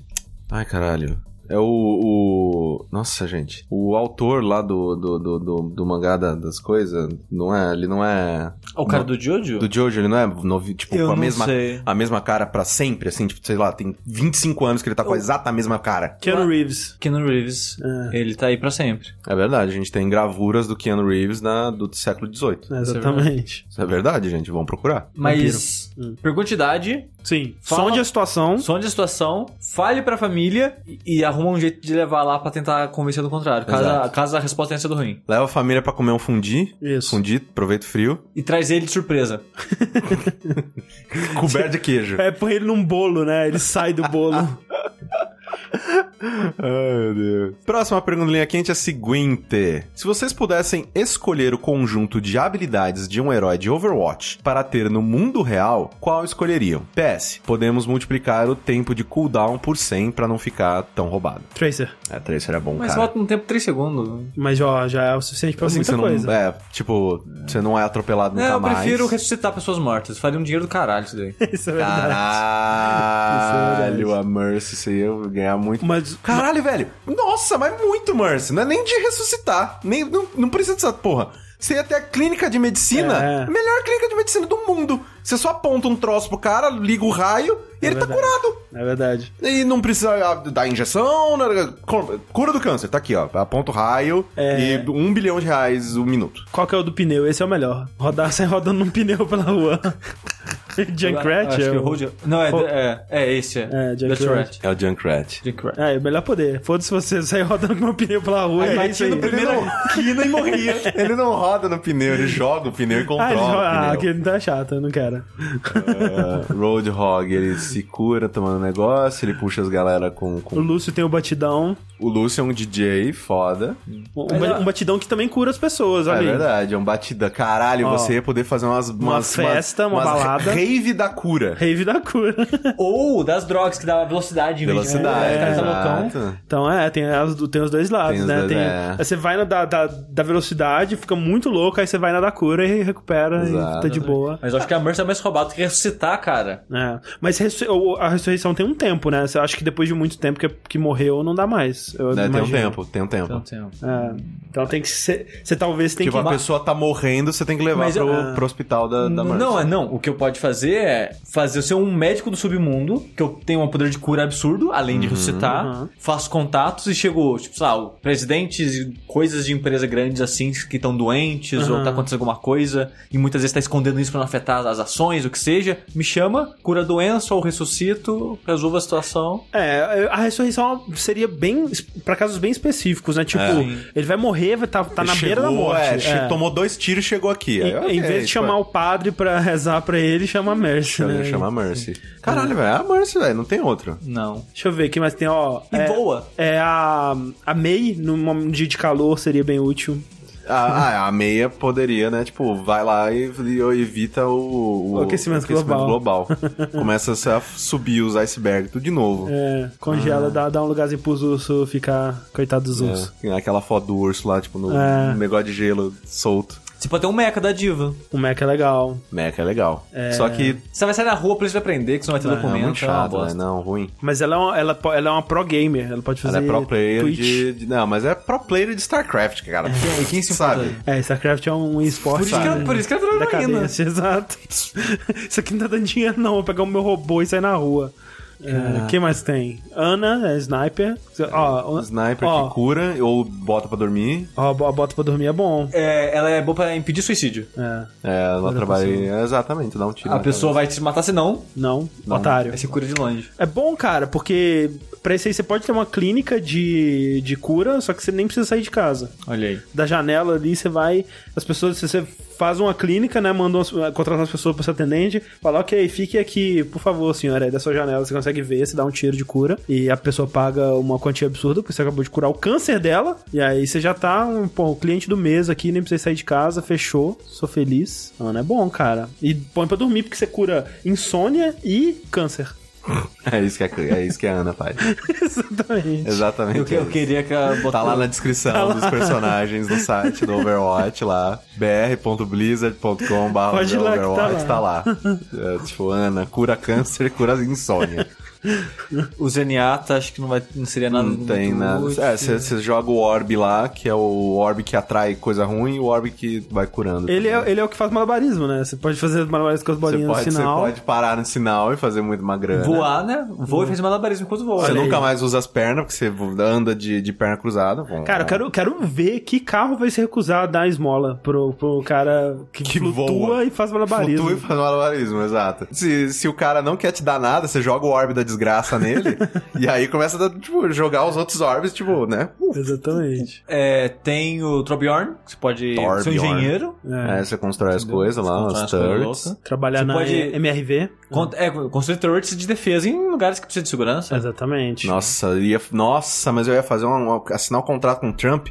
Speaker 1: Ai, caralho. É o. o- Nossa, gente. O autor lá do, do, do, do, do mangá da- das coisas, não é? Ele não é.
Speaker 3: O cara do Jojo?
Speaker 1: Do Jojo, ele não é novi, tipo,
Speaker 3: Eu
Speaker 1: com a
Speaker 3: não
Speaker 1: mesma.
Speaker 3: sei.
Speaker 1: A mesma cara pra sempre, assim, tipo, sei lá, tem 25 anos que ele tá com a exata mesma cara.
Speaker 2: Keanu Reeves.
Speaker 3: Keanu Reeves.
Speaker 2: É.
Speaker 3: Ele tá aí pra sempre.
Speaker 1: É verdade, a gente tem gravuras do Keanu Reeves na, do século XVIII.
Speaker 2: né, Exatamente.
Speaker 1: Isso é verdade, gente, vamos procurar.
Speaker 3: Mas.
Speaker 2: Hum.
Speaker 3: Pergunta idade,
Speaker 2: Sim.
Speaker 3: Fala-
Speaker 2: Sonde a situação.
Speaker 3: sonde a situação, fale pra família e, e arruma um jeito de levar lá pra tentar convencer do contrário. Caso,
Speaker 1: Exato.
Speaker 3: caso a resposta tenha sido ruim.
Speaker 1: Leva a família pra comer um fundi.
Speaker 2: Isso.
Speaker 1: Fundi, proveito frio.
Speaker 3: E traz ele de surpresa.
Speaker 1: Coberto de queijo.
Speaker 2: É, põe ele num bolo, né? Ele sai do bolo.
Speaker 1: Ai, meu Deus. Próxima pergunta linha quente é a seguinte: Se vocês pudessem escolher o conjunto de habilidades de um herói de Overwatch para ter no mundo real, qual escolheriam? PS, podemos multiplicar o tempo de cooldown por 100 para não ficar tão roubado.
Speaker 2: Tracer.
Speaker 1: É, Tracer é bom,
Speaker 3: Mas
Speaker 1: cara.
Speaker 3: falta um tempo 3 segundos.
Speaker 2: Mas ó, já é o suficiente pra
Speaker 1: Assim,
Speaker 2: muita
Speaker 1: você não,
Speaker 2: coisa.
Speaker 1: é, tipo, você não é atropelado
Speaker 3: Não,
Speaker 1: nunca
Speaker 3: eu
Speaker 1: mais.
Speaker 3: prefiro ressuscitar pessoas mortas. Faria um dinheiro do caralho isso daí.
Speaker 2: Isso é verdade.
Speaker 1: Caralho,
Speaker 2: Isso é
Speaker 1: a Mercy, você ia ganhar muito
Speaker 2: Mas.
Speaker 1: Caralho, velho. Nossa, mas muito, Mercy. Não é nem de ressuscitar. Nem, não, não precisa dessa porra. Você ia até a clínica de medicina,
Speaker 2: É.
Speaker 1: a melhor clínica de medicina do mundo. Você só aponta um troço pro cara, liga o raio e
Speaker 2: É
Speaker 1: ele tá
Speaker 2: verdade.
Speaker 1: curado.
Speaker 2: É verdade.
Speaker 1: E não precisa ah, dar injeção, né? cura do câncer. Tá aqui, ó. Aponta o raio
Speaker 2: É.
Speaker 1: e um bilhão de reais o minuto.
Speaker 2: Qual que é o do pneu? Esse é o melhor. Rodar sem rodando num pneu pela rua.
Speaker 3: Eu acho
Speaker 2: Junkrat
Speaker 3: que
Speaker 2: é
Speaker 3: o
Speaker 2: o...
Speaker 3: Road- Não, é, é, é esse.
Speaker 2: É, Junkrat.
Speaker 3: That's right.
Speaker 1: É o Junkrat.
Speaker 3: Junkrat.
Speaker 2: É, é o melhor poder. Foda-se você sair rodando com um pneu pela rua.
Speaker 3: Aí
Speaker 2: é
Speaker 3: bati
Speaker 2: isso aí.
Speaker 3: no
Speaker 1: Ele
Speaker 3: primeiro-
Speaker 1: não,
Speaker 3: Quina e morria.
Speaker 1: ele não roda no pneu, ele joga o pneu e
Speaker 2: Ah, ele
Speaker 1: controla
Speaker 2: roda. Ah,
Speaker 1: o pneu.
Speaker 2: aquele tá chato, eu não quero.
Speaker 1: É, Roadhog, ele se cura tomando negócio, ele puxa as galera com...
Speaker 2: O
Speaker 1: com...
Speaker 2: Lúcio tem o batidão.
Speaker 1: O Lúcio é um DJ foda.
Speaker 2: Um,
Speaker 3: Mas,
Speaker 2: ba-
Speaker 3: ó.
Speaker 2: um batidão que também cura as pessoas,
Speaker 1: É
Speaker 2: olha aí.
Speaker 1: verdade, é um batida. Caralho,
Speaker 2: Ó,
Speaker 1: você ia poder fazer umas...
Speaker 2: uma
Speaker 1: umas-
Speaker 2: festa, uma
Speaker 1: umas
Speaker 2: balada.
Speaker 1: Rave da cura.
Speaker 2: Rave da cura.
Speaker 3: Ou das drogas que dava velocidade em vez de-
Speaker 1: Velocidade,
Speaker 3: É, cara, tá loucão.
Speaker 1: exato.
Speaker 2: Então é, tem, as do- tem os dois lados,
Speaker 1: Tem os
Speaker 2: né?
Speaker 1: dois,
Speaker 2: Tem-
Speaker 1: é.
Speaker 2: aí Você vai na da, da, da velocidade, fica muito louco, aí você vai na da cura e recupera
Speaker 1: Exato.
Speaker 2: e tá de boa.
Speaker 3: Mas eu acho que a Mercy é mais roubada que ressuscitar, cara.
Speaker 2: É. Mas ressu- o- a ressurreição tem um tempo, né? Eu acho que depois de muito tempo que, que morreu, não dá mais. Eu
Speaker 1: Né, tem um
Speaker 2: imagino.
Speaker 1: tempo, tem um tempo.
Speaker 3: Não tem.
Speaker 2: É. Então tem que ser. Você talvez tem
Speaker 1: tipo,
Speaker 2: que.
Speaker 1: a pessoa tá morrendo, você tem que levar
Speaker 3: Mas,
Speaker 1: pro,
Speaker 2: ah,
Speaker 1: pro hospital da, da Mercy.
Speaker 3: Não, é não. O que eu pode fazer é fazer eu ser um médico do submundo, que eu tenho um poder de cura absurdo, além de ressuscitar.
Speaker 2: Uhum.
Speaker 3: Faço contatos e chego, tipo, sei lá, o- presidentes e coisas de empresa grandes assim que estão doentes ou
Speaker 2: Uhum.
Speaker 3: tá acontecendo alguma coisa, e muitas vezes tá escondendo isso pra não afetar as ações, o que seja. Me chama, cura a doença ou ressuscito, resolvo a situação.
Speaker 2: É, a ressurreição seria bem. pra casos bem específicos, né? Tipo,
Speaker 1: É.
Speaker 2: ele vai morrer, vai tá, tá na
Speaker 1: Chegou,
Speaker 2: beira da morte.
Speaker 1: é, che-
Speaker 2: É.
Speaker 1: Tomou dois tiros e chegou aqui. Aí,
Speaker 2: Em-
Speaker 1: É, ok, tipo,
Speaker 2: em vez de
Speaker 1: pô.
Speaker 2: chamar o padre pra rezar pra ele, chama a Mercy,
Speaker 1: Chama,
Speaker 2: né?
Speaker 1: chama a Mercy. Caralho, velho. É a Mercy, velho. Não tem outra.
Speaker 3: Não.
Speaker 2: Deixa eu ver aqui, mas tem, ó.
Speaker 3: E
Speaker 2: é,
Speaker 3: voa.
Speaker 2: É a. A May, num dia de calor, seria bem útil.
Speaker 1: Ah, ah, a meia poderia, né? Tipo, vai lá e, e evita o,
Speaker 2: O aquecimento global.
Speaker 1: global. Começa a se- a subir os icebergs tudo de novo.
Speaker 2: É, congela, dá, dá um lugarzinho pros ursos ficar. Coitado dos ursos.
Speaker 1: Ah. É, Aquela foto do urso lá, tipo, no
Speaker 2: É.
Speaker 1: no negócio de gelo solto.
Speaker 3: Você pode ter um meca da diva.
Speaker 2: O Mac é legal.
Speaker 1: Meca é legal. Só que
Speaker 3: Você vai sair na rua pra eles aprender que você não vai ter
Speaker 1: é
Speaker 3: documento.
Speaker 1: muito
Speaker 3: é uma
Speaker 1: chato, né?
Speaker 3: bosta.
Speaker 1: Não, ruim.
Speaker 2: Mas ela é uma, ela, po- ela é uma pro gamer, ela pode fazer.
Speaker 1: Ela é pro player
Speaker 2: Twitch.
Speaker 1: de, de- Não, mas é pro player de StarCraft, cara.
Speaker 3: Quem- quem se importa?
Speaker 1: Sabe?
Speaker 2: É, StarCraft é um esporte.
Speaker 3: Por isso, que,
Speaker 2: né?
Speaker 3: ela- por isso que ela virou heroína.
Speaker 2: Decadência, exato. Isso aqui não tá dando dinheiro, não. Vou pegar o meu robô e sair na rua. É, quem mais tem? Ana, é sniper. Ó, o-
Speaker 1: Um Sniper
Speaker 2: ó,
Speaker 1: que cura ou bota pra dormir.
Speaker 2: Ó, bo- bota pra dormir é bom.
Speaker 3: É, ela é boa pra impedir suicídio.
Speaker 2: É,
Speaker 1: É, ela trabalha. é, Exatamente, dá um tiro.
Speaker 3: A
Speaker 1: na
Speaker 3: pessoa vai te matar se não,
Speaker 2: não, otário.
Speaker 3: aí você cura de longe.
Speaker 2: É bom, cara, porque pra isso aí você pode ter uma clínica de, de cura, só que você nem precisa sair de casa.
Speaker 3: Olha aí.
Speaker 2: Da janela ali, você vai. As pessoas, você faz uma clínica, né? Manda umas, contrata as pessoas pra ser atendente, fala, ok, fique aqui, por favor, senhora, aí da sua janela você consegue ver, você dá um tiro de cura e a pessoa paga uma quantia absurda, porque você acabou de curar o câncer dela, e aí você já tá, pô, o cliente do mês aqui, nem precisa sair de casa, fechou, sou feliz. Mano, é bom, cara. E põe pra dormir, porque você cura insônia e câncer.
Speaker 1: É isso que a, é isso que a Ana faz.
Speaker 2: Exatamente.
Speaker 1: Exatamente.
Speaker 3: Eu, que- eu queria que ela botasse.
Speaker 1: Tá lá na descrição dos personagens no site do Overwatch lá. br.blizzard.com
Speaker 2: Pode ir lá que tá
Speaker 1: Overwatch
Speaker 2: lá.
Speaker 1: tá lá. É, tipo, Ana, cura câncer, cura insônia.
Speaker 3: O Zenyatta, acho que não, vai, não seria nada.
Speaker 1: Não tem
Speaker 3: muito
Speaker 1: nada.
Speaker 3: útil.
Speaker 1: É, você joga o orb lá, que é o orb que atrai coisa ruim e o orb que vai curando.
Speaker 2: Ele é, ele é o que faz malabarismo, né? Você pode fazer malabarismo com as
Speaker 1: você
Speaker 2: bolinhas
Speaker 1: pode,
Speaker 2: no
Speaker 1: você
Speaker 2: sinal.
Speaker 1: pode parar no sinal e fazer muito uma grana.
Speaker 3: Voar, né? Voa e fez malabarismo enquanto voa.
Speaker 1: Você
Speaker 2: Olha aí.
Speaker 1: nunca mais usa as pernas, porque você anda de, de perna cruzada. Bom,
Speaker 2: Cara, eu quero, quero ver que carro vai se recusar a dar esmola pro, pro cara que,
Speaker 1: Que
Speaker 2: flutua
Speaker 1: voa.
Speaker 2: e faz
Speaker 1: Flutua e
Speaker 2: malabarismo.
Speaker 1: faz malabarismo, exato. Se, se o cara não quer te dar nada, você joga o orbe da desgraça nele, e aí começa a dar, tipo, jogar os outros orbes, tipo, né?
Speaker 2: Exatamente.
Speaker 3: É, tem o Torbjorn, que você pode ser um
Speaker 1: Torbjorn.
Speaker 3: engenheiro.
Speaker 2: É.
Speaker 1: Aí você constrói as coisas lá,
Speaker 3: Controlar
Speaker 1: as
Speaker 3: as coisas
Speaker 1: turrets.
Speaker 3: loucas.
Speaker 2: Trabalhar
Speaker 3: Você
Speaker 2: na
Speaker 3: pode-
Speaker 2: MRV.
Speaker 3: Con- É, construir turrets de defesa em lugares que precisa de segurança.
Speaker 2: Exatamente.
Speaker 1: Nossa, eu ia, nossa, mas eu ia fazer um, um- assinar um contrato com o Trump.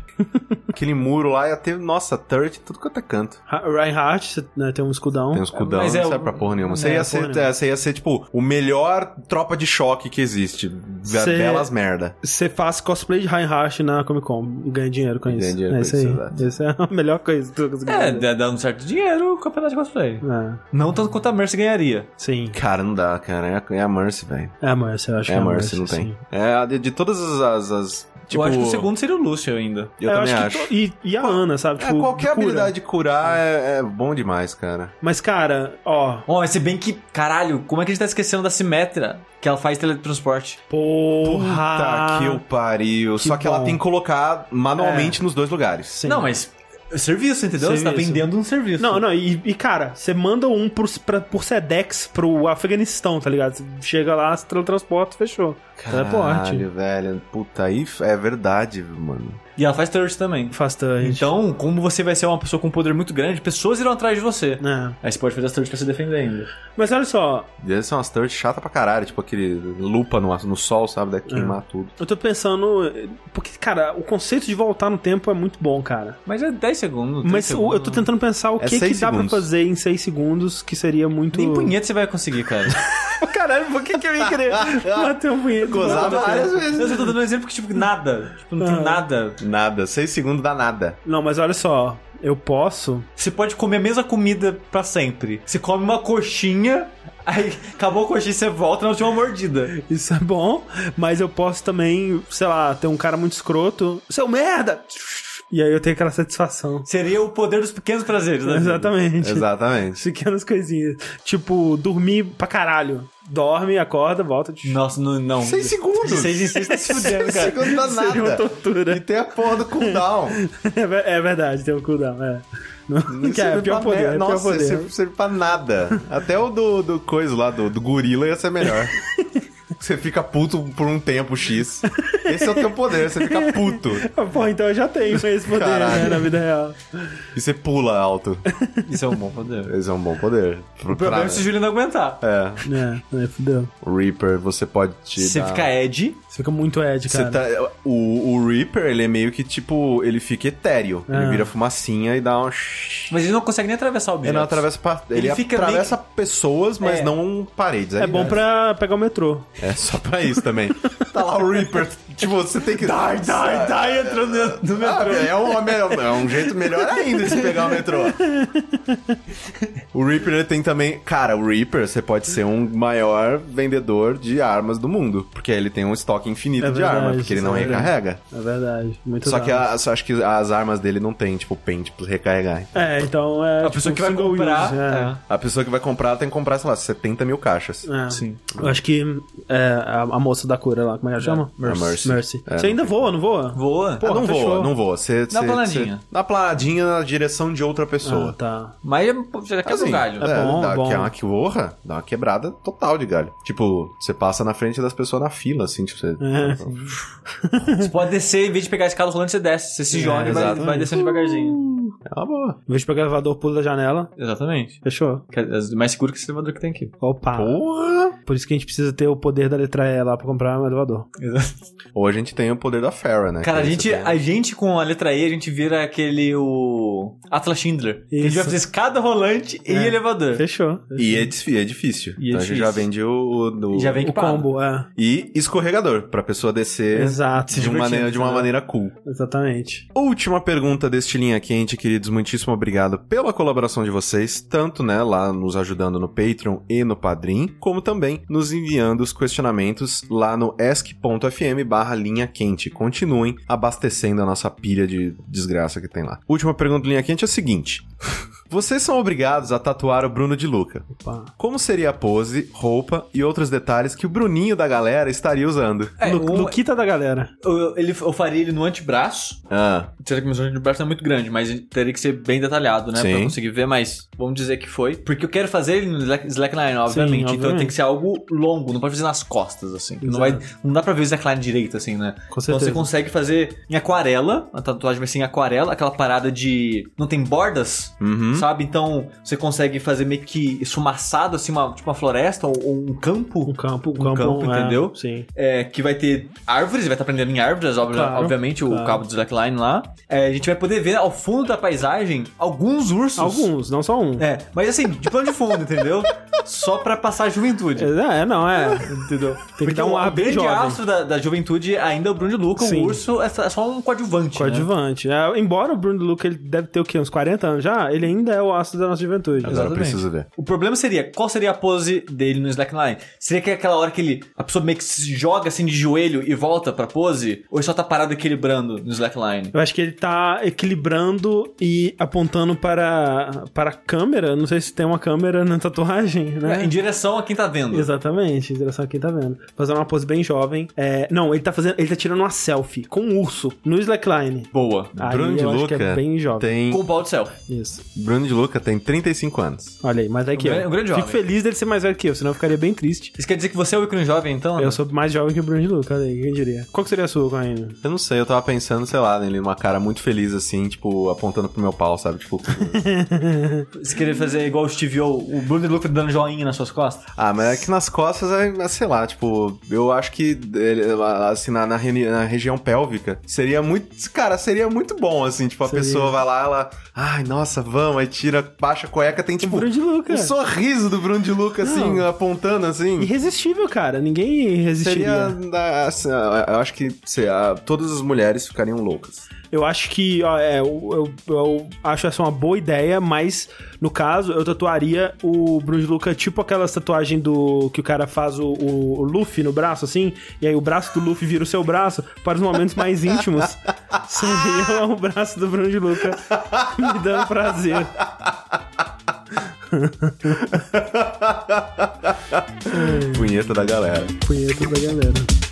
Speaker 1: Aquele muro lá ia ter, nossa, turret, em tudo quanto é canto.
Speaker 2: Ra- Reinhardt, você, né, tem um escudão.
Speaker 1: Tem um escudão,
Speaker 3: Mas
Speaker 1: não
Speaker 3: é
Speaker 1: serve
Speaker 3: o-
Speaker 1: pra porra nenhuma. Você,
Speaker 2: É,
Speaker 1: ia
Speaker 2: porra
Speaker 1: ser,
Speaker 2: nenhuma.
Speaker 1: é, você ia ser, tipo, o melhor tropa de choque que existe. Be-
Speaker 2: Você-
Speaker 1: Belas merda.
Speaker 2: Você faz cosplay de Reinhardt na Comic Con e ganha dinheiro com
Speaker 1: Ganha
Speaker 2: isso.
Speaker 1: dinheiro
Speaker 2: é
Speaker 1: com
Speaker 2: isso
Speaker 1: isso,
Speaker 2: aí.
Speaker 1: exato.
Speaker 2: Essa é a melhor coisa que eu consegui
Speaker 3: É,
Speaker 2: fazer.
Speaker 3: dá- dá um certo dinheiro o campeonato de cosplay.
Speaker 2: É,
Speaker 3: Não tanto quanto a Mercy ganharia.
Speaker 2: sim.
Speaker 1: Cara, não dá, cara. É a, é a Mercy, velho.
Speaker 2: É a Mercy, eu acho
Speaker 1: É
Speaker 2: que
Speaker 1: a Mercy, não
Speaker 2: sim.
Speaker 1: tem. É, a de, de todas as, as, as Tipo,
Speaker 3: eu acho que o segundo seria o Lúcio ainda.
Speaker 1: Eu
Speaker 2: É,
Speaker 1: também
Speaker 2: que
Speaker 1: acho.
Speaker 2: to- e, e a Ana, sabe?
Speaker 1: É,
Speaker 2: Tipo,
Speaker 1: qualquer
Speaker 2: de cura.
Speaker 1: habilidade de curar é, é bom demais, cara.
Speaker 2: Mas, cara, ó.
Speaker 3: Ó, mas se bem que, caralho, como é que a gente tá esquecendo da Simetra, que ela faz teletransporte?
Speaker 2: Porra.
Speaker 1: Puta que eu pariu. Só que
Speaker 2: bom.
Speaker 1: ela tem que colocar manualmente nos dois lugares.
Speaker 2: Sim.
Speaker 3: Não, mas é serviço, entendeu? Você tá
Speaker 2: Serviço.
Speaker 3: vendendo um serviço.
Speaker 2: Não, não, e, e, cara, você manda um pro, pra, por Sedex pro Afeganistão, tá ligado? Você chega lá, se teletransporta, fechou. Teleporte.
Speaker 1: Caralho, velho. Puta, aí f- é verdade, mano.
Speaker 3: E ela faz thirst também.
Speaker 2: Faz touch.
Speaker 3: Então, como você vai ser uma pessoa com um poder muito grande, pessoas irão atrás de você.
Speaker 2: É.
Speaker 3: Aí você pode fazer as thirst pra se defender ainda.
Speaker 2: Mas olha só,
Speaker 1: Deve ser é umas turds chata pra caralho. Tipo aquele lupa no, no sol, sabe? Deve queimar tudo.
Speaker 2: eu tô pensando. Porque, cara, o conceito de voltar no tempo é muito bom, cara.
Speaker 3: Mas é 10 segundos. 30
Speaker 2: Mas o-
Speaker 3: segundos.
Speaker 2: eu tô tentando pensar o
Speaker 1: É
Speaker 2: que, que
Speaker 1: seis
Speaker 2: dá pra
Speaker 1: segundos.
Speaker 2: fazer em 6 segundos que seria muito.
Speaker 3: Nem punheta você vai conseguir, cara.
Speaker 2: Caralho, por que, que eu ia querer bater um punheta?
Speaker 1: Gozar várias vezes.
Speaker 3: eu tô dando um exemplo que, tipo, nada. Tipo, não
Speaker 2: Ah.
Speaker 3: tem nada.
Speaker 1: Nada. Seis segundos dá nada.
Speaker 2: Não, mas olha só, eu posso.
Speaker 3: Você pode comer a mesma comida pra sempre. Você come uma coxinha, aí acabou a coxinha, você volta na última mordida.
Speaker 2: Isso é bom, mas eu posso também, sei lá, ter um cara muito escroto. Seu merda! E aí eu tenho aquela satisfação.
Speaker 3: Seria o poder dos pequenos prazeres, né?
Speaker 2: Exatamente.
Speaker 1: Exatamente.
Speaker 2: As Pequenas coisinhas. Tipo, dormir pra caralho. Dorme, acorda, volta.
Speaker 3: Nossa, não. não.
Speaker 1: Seis segundos.
Speaker 3: Seis em seis tá se fudendo,
Speaker 1: Seis
Speaker 3: cara.
Speaker 1: segundos dá
Speaker 2: Seria uma
Speaker 1: nada.
Speaker 2: tortura.
Speaker 1: E tem a porra do cooldown.
Speaker 2: É ver- é verdade, tem um cooldown, é. Não,
Speaker 1: Não
Speaker 2: que é,
Speaker 1: serve
Speaker 2: é pior
Speaker 1: pra
Speaker 2: poder,
Speaker 1: mer-
Speaker 2: é pior
Speaker 1: Nossa,
Speaker 2: poder.
Speaker 1: serve, serve pra nada. Até o do, do coisa lá, do, do gorila, ia ser melhor. Você fica puto por um tempo X. Esse é o teu poder, você fica puto.
Speaker 2: Ah, Pô, então eu já tenho esse poder
Speaker 1: Caralho.
Speaker 2: né, na vida real.
Speaker 1: E você pula alto.
Speaker 3: Isso é um bom poder.
Speaker 1: Esse é um bom poder.
Speaker 3: O problema é
Speaker 1: Pra-
Speaker 3: se o Júlio não aguentar.
Speaker 1: É,
Speaker 2: É, é, fudeu.
Speaker 1: Reaper, você pode te
Speaker 3: Você
Speaker 1: dar-
Speaker 3: fica Ed,
Speaker 2: Você fica muito Ed,
Speaker 1: Você
Speaker 2: cara.
Speaker 1: tá, o, o Reaper, ele é meio que tipo. Ele fica etéreo.
Speaker 2: Ah.
Speaker 1: Ele vira fumacinha e dá um.
Speaker 3: mas ele não consegue nem atravessar o
Speaker 1: Ele não atravessa. pa- Ele,
Speaker 3: Ele fica
Speaker 1: atravessa pessoas, mas
Speaker 3: É.
Speaker 1: não paredes.
Speaker 2: É bom pra pegar o metrô.
Speaker 1: É só pra isso também. tá lá o Reaper. Tipo, você tem que. Dai,
Speaker 3: Dai, dai, entrando dentro do
Speaker 1: Ah,
Speaker 3: metrô.
Speaker 1: é, um, é um jeito melhor ainda de se pegar o metrô. O Reaper ele tem também. Cara, o Reaper, você pode ser um maior vendedor de armas do mundo. Porque ele tem um estoque infinito
Speaker 2: É
Speaker 1: de
Speaker 2: verdade,
Speaker 1: arma, porque ele
Speaker 2: isso
Speaker 1: não
Speaker 2: é verdade.
Speaker 1: recarrega.
Speaker 2: É verdade. Muito
Speaker 1: Só
Speaker 2: da
Speaker 1: que
Speaker 2: hora.
Speaker 1: a- só acho que as armas dele não tem, tipo, pente pra recarregar.
Speaker 2: É, então é.
Speaker 3: A pessoa que vai comprar.
Speaker 2: é.
Speaker 1: A pessoa que vai comprar tem que comprar, sei lá, 70 mil caixas.
Speaker 2: É.
Speaker 3: Sim.
Speaker 2: Eu acho que é, a, a moça da cura lá, como é que ela chama?
Speaker 1: Mercy.
Speaker 2: Mercy.
Speaker 1: É,
Speaker 2: Você ainda voa, não voa?
Speaker 3: Voa.
Speaker 1: Ah, não
Speaker 2: fechou.
Speaker 1: voa, não voa. Você,
Speaker 3: Na
Speaker 1: você-
Speaker 3: planadinha.
Speaker 1: você- na planadinha, na direção de outra
Speaker 2: Ah,
Speaker 1: pessoa.
Speaker 2: tá.
Speaker 3: Mas é- já quebra
Speaker 1: Assim,
Speaker 3: o galho.
Speaker 2: É bom,
Speaker 1: dá,
Speaker 2: bom.
Speaker 1: Que é uma que orra, dá uma quebrada total de galho. Tipo, você passa na frente das pessoas na fila, assim, tipo, você.
Speaker 2: É,
Speaker 3: Você pode descer, em vez de pegar a escada rolando, você desce. Você se
Speaker 2: É,
Speaker 3: joga e vai,
Speaker 1: exatamente.
Speaker 3: vai descendo devagarzinho.
Speaker 1: É uma boa.
Speaker 2: Em vez de pegar o elevador, pula da janela.
Speaker 3: Exatamente.
Speaker 2: Fechou?
Speaker 3: Que É mais seguro que esse elevador que tem aqui.
Speaker 2: Opa.
Speaker 1: Porra!
Speaker 2: Por isso que a gente precisa ter o poder da letra E lá pra comprar um elevador.
Speaker 1: Ou a gente tem o poder da Farah, né?
Speaker 3: Cara, a
Speaker 1: Que aí
Speaker 3: gente, é
Speaker 1: você tem-
Speaker 3: a gente com a letra E, a gente vira aquele o. Atlas Schindler. Que A gente
Speaker 2: Isso.
Speaker 3: vai fazer escada rolante e
Speaker 2: É.
Speaker 3: elevador.
Speaker 2: Fechou.
Speaker 1: E é, dif- e é difícil.
Speaker 3: E é
Speaker 1: então a gente
Speaker 3: difícil.
Speaker 1: já vende o. o- o-
Speaker 3: E já vem
Speaker 2: O
Speaker 3: equipado.
Speaker 2: combo, é.
Speaker 1: E escorregador, pra pessoa descer
Speaker 2: Exato.
Speaker 1: É. de, uma maneira, de uma
Speaker 2: divertindo,
Speaker 1: maneira cool.
Speaker 2: Exatamente.
Speaker 1: Última pergunta deste Linha Quente, queridos. Muitíssimo obrigado pela colaboração de vocês, tanto né, lá nos ajudando no Patreon e no Padrim, como também nos enviando os questionamentos lá no ask.fm barra Linha Quente. Continuem abastecendo a nossa pilha de desgraça que tem lá. Última pergunta do Linha Quente é a seguinte. Vocês são obrigados a tatuar o Bruno de Luca.
Speaker 2: Opa.
Speaker 1: Como seria a pose, roupa e outros detalhes que o Bruninho da galera estaria usando?
Speaker 3: É,
Speaker 2: Lu-
Speaker 3: um-
Speaker 2: Luquita da galera.
Speaker 3: eu, ele, eu faria ele no antebraço.
Speaker 1: Ah,
Speaker 3: Será que meu sonho de braço é muito grande, mas teria que ser bem detalhado, né?
Speaker 1: Sim.
Speaker 3: Pra eu conseguir ver, mas vamos dizer que foi. Porque eu quero fazer ele no slack- slackline, obviamente. Então
Speaker 2: obviamente.
Speaker 3: tem que ser algo longo, não pode fazer nas costas, assim. Não,
Speaker 2: Exato.
Speaker 3: vai, não dá pra ver o slackline direito, assim, né?
Speaker 2: Com
Speaker 3: Então
Speaker 2: certeza.
Speaker 3: você consegue fazer em aquarela, a tatuagem vai ser em aquarela, aquela parada de. Não tem bordas,
Speaker 2: Hum?
Speaker 1: uhum.
Speaker 3: sabe? Então você consegue fazer meio que esfumaçado, assim, uma, tipo uma floresta ou, ou um campo.
Speaker 2: Um campo, um
Speaker 3: Um
Speaker 2: campo,
Speaker 3: campo,
Speaker 2: é,
Speaker 3: entendeu?
Speaker 2: Sim.
Speaker 3: É, que vai ter árvores, vai estar aprendendo em árvores, obvi-
Speaker 2: Claro,
Speaker 3: obviamente, o
Speaker 2: claro.
Speaker 3: cabo do Slackline lá. É, a gente vai poder ver ao fundo da paisagem alguns ursos.
Speaker 2: Alguns, não só um.
Speaker 3: É, mas assim, de plano de fundo, entendeu? só pra passar a juventude.
Speaker 2: É, não, é. Entendeu? Tem que
Speaker 3: Porque
Speaker 2: dar um
Speaker 3: o
Speaker 2: ar bem
Speaker 3: grande
Speaker 2: jovem.
Speaker 3: astro da, da juventude ainda é o Bruno de Luca,
Speaker 2: Sim.
Speaker 3: o Urso é só é só um coadjuvante. né?
Speaker 2: Coadjuvante. É, embora o Bruno Luca ele deve ter o quê? Uns 40 anos já? Ele ainda é o astro da nossa juventude.
Speaker 1: Agora eu
Speaker 3: Exatamente.
Speaker 1: preciso ver.
Speaker 3: O problema seria, qual seria a pose dele no Slackline? Seria que é aquela hora que ele, a pessoa meio que se joga assim de joelho e volta pra pose? Ou ele só tá parado equilibrando no Slackline?
Speaker 2: Eu acho que ele tá equilibrando e apontando para, para a câmera. Não sei se tem uma câmera na tatuagem,
Speaker 3: É,
Speaker 2: né?
Speaker 3: Em direção a quem tá vendo.
Speaker 2: Exatamente, em direção a quem tá vendo. Fazendo uma pose bem jovem. É, não, ele tá fazendo. Ele tá tirando uma selfie com um urso no slackline.
Speaker 3: Boa.
Speaker 2: Aí
Speaker 1: Bruno de
Speaker 2: eu acho que
Speaker 1: Luca
Speaker 2: é bem jovem.
Speaker 1: tem.
Speaker 3: Com o pau do céu.
Speaker 2: Isso.
Speaker 1: Bruno de Luca tem 35 anos.
Speaker 2: Olha aí, mas é que
Speaker 3: Um
Speaker 2: eu.
Speaker 3: gran- um grande
Speaker 2: Fico
Speaker 3: jovem.
Speaker 2: feliz dele ser mais velho que eu, senão eu ficaria bem triste.
Speaker 3: Isso quer dizer que você é o ícone jovem, então?
Speaker 2: Eu sou mais jovem que o Bruno de Luca, olha aí, quem diria? Qual que seria a sua, Corrêa?
Speaker 1: Eu não sei, eu tava pensando, sei lá, nele numa cara muito feliz, assim, tipo, apontando pro meu pau, sabe? Tipo.
Speaker 3: Você queria fazer igual o Steve O, o Bruno de Luca dando joinha nas suas costas?
Speaker 1: ah, mas é que nas costas é, é, sei lá, tipo, eu acho que ele, assim, na, na reni- na região pélvica, seria muito. Cara, seria muito bom, assim, tipo, a
Speaker 2: Seria.
Speaker 1: pessoa vai lá, ela. Ai, nossa, vamos, aí tira, baixa a cueca, tem tipo.
Speaker 2: Bruno de Luca.
Speaker 1: Um sorriso do Bruno de Luca, assim,
Speaker 2: Não.
Speaker 1: apontando, assim.
Speaker 2: Irresistível, cara. Ninguém
Speaker 1: Seria.
Speaker 2: resistiria.
Speaker 1: da- assim, eu acho que sei, lá, todas as mulheres ficariam loucas.
Speaker 2: Eu acho que, ó, é, eu, eu- eu acho essa uma boa ideia, mas no caso eu tatuaria o Bruno de Luca tipo aquela tatuagem do que o cara faz o, o- o Luffy no braço, assim, e aí o braço do Luffy vira o seu braço para os momentos mais íntimos. Seria o braço do Bruno de Luca me dando prazer.
Speaker 1: Punheta da galera.
Speaker 2: Punheta da galera.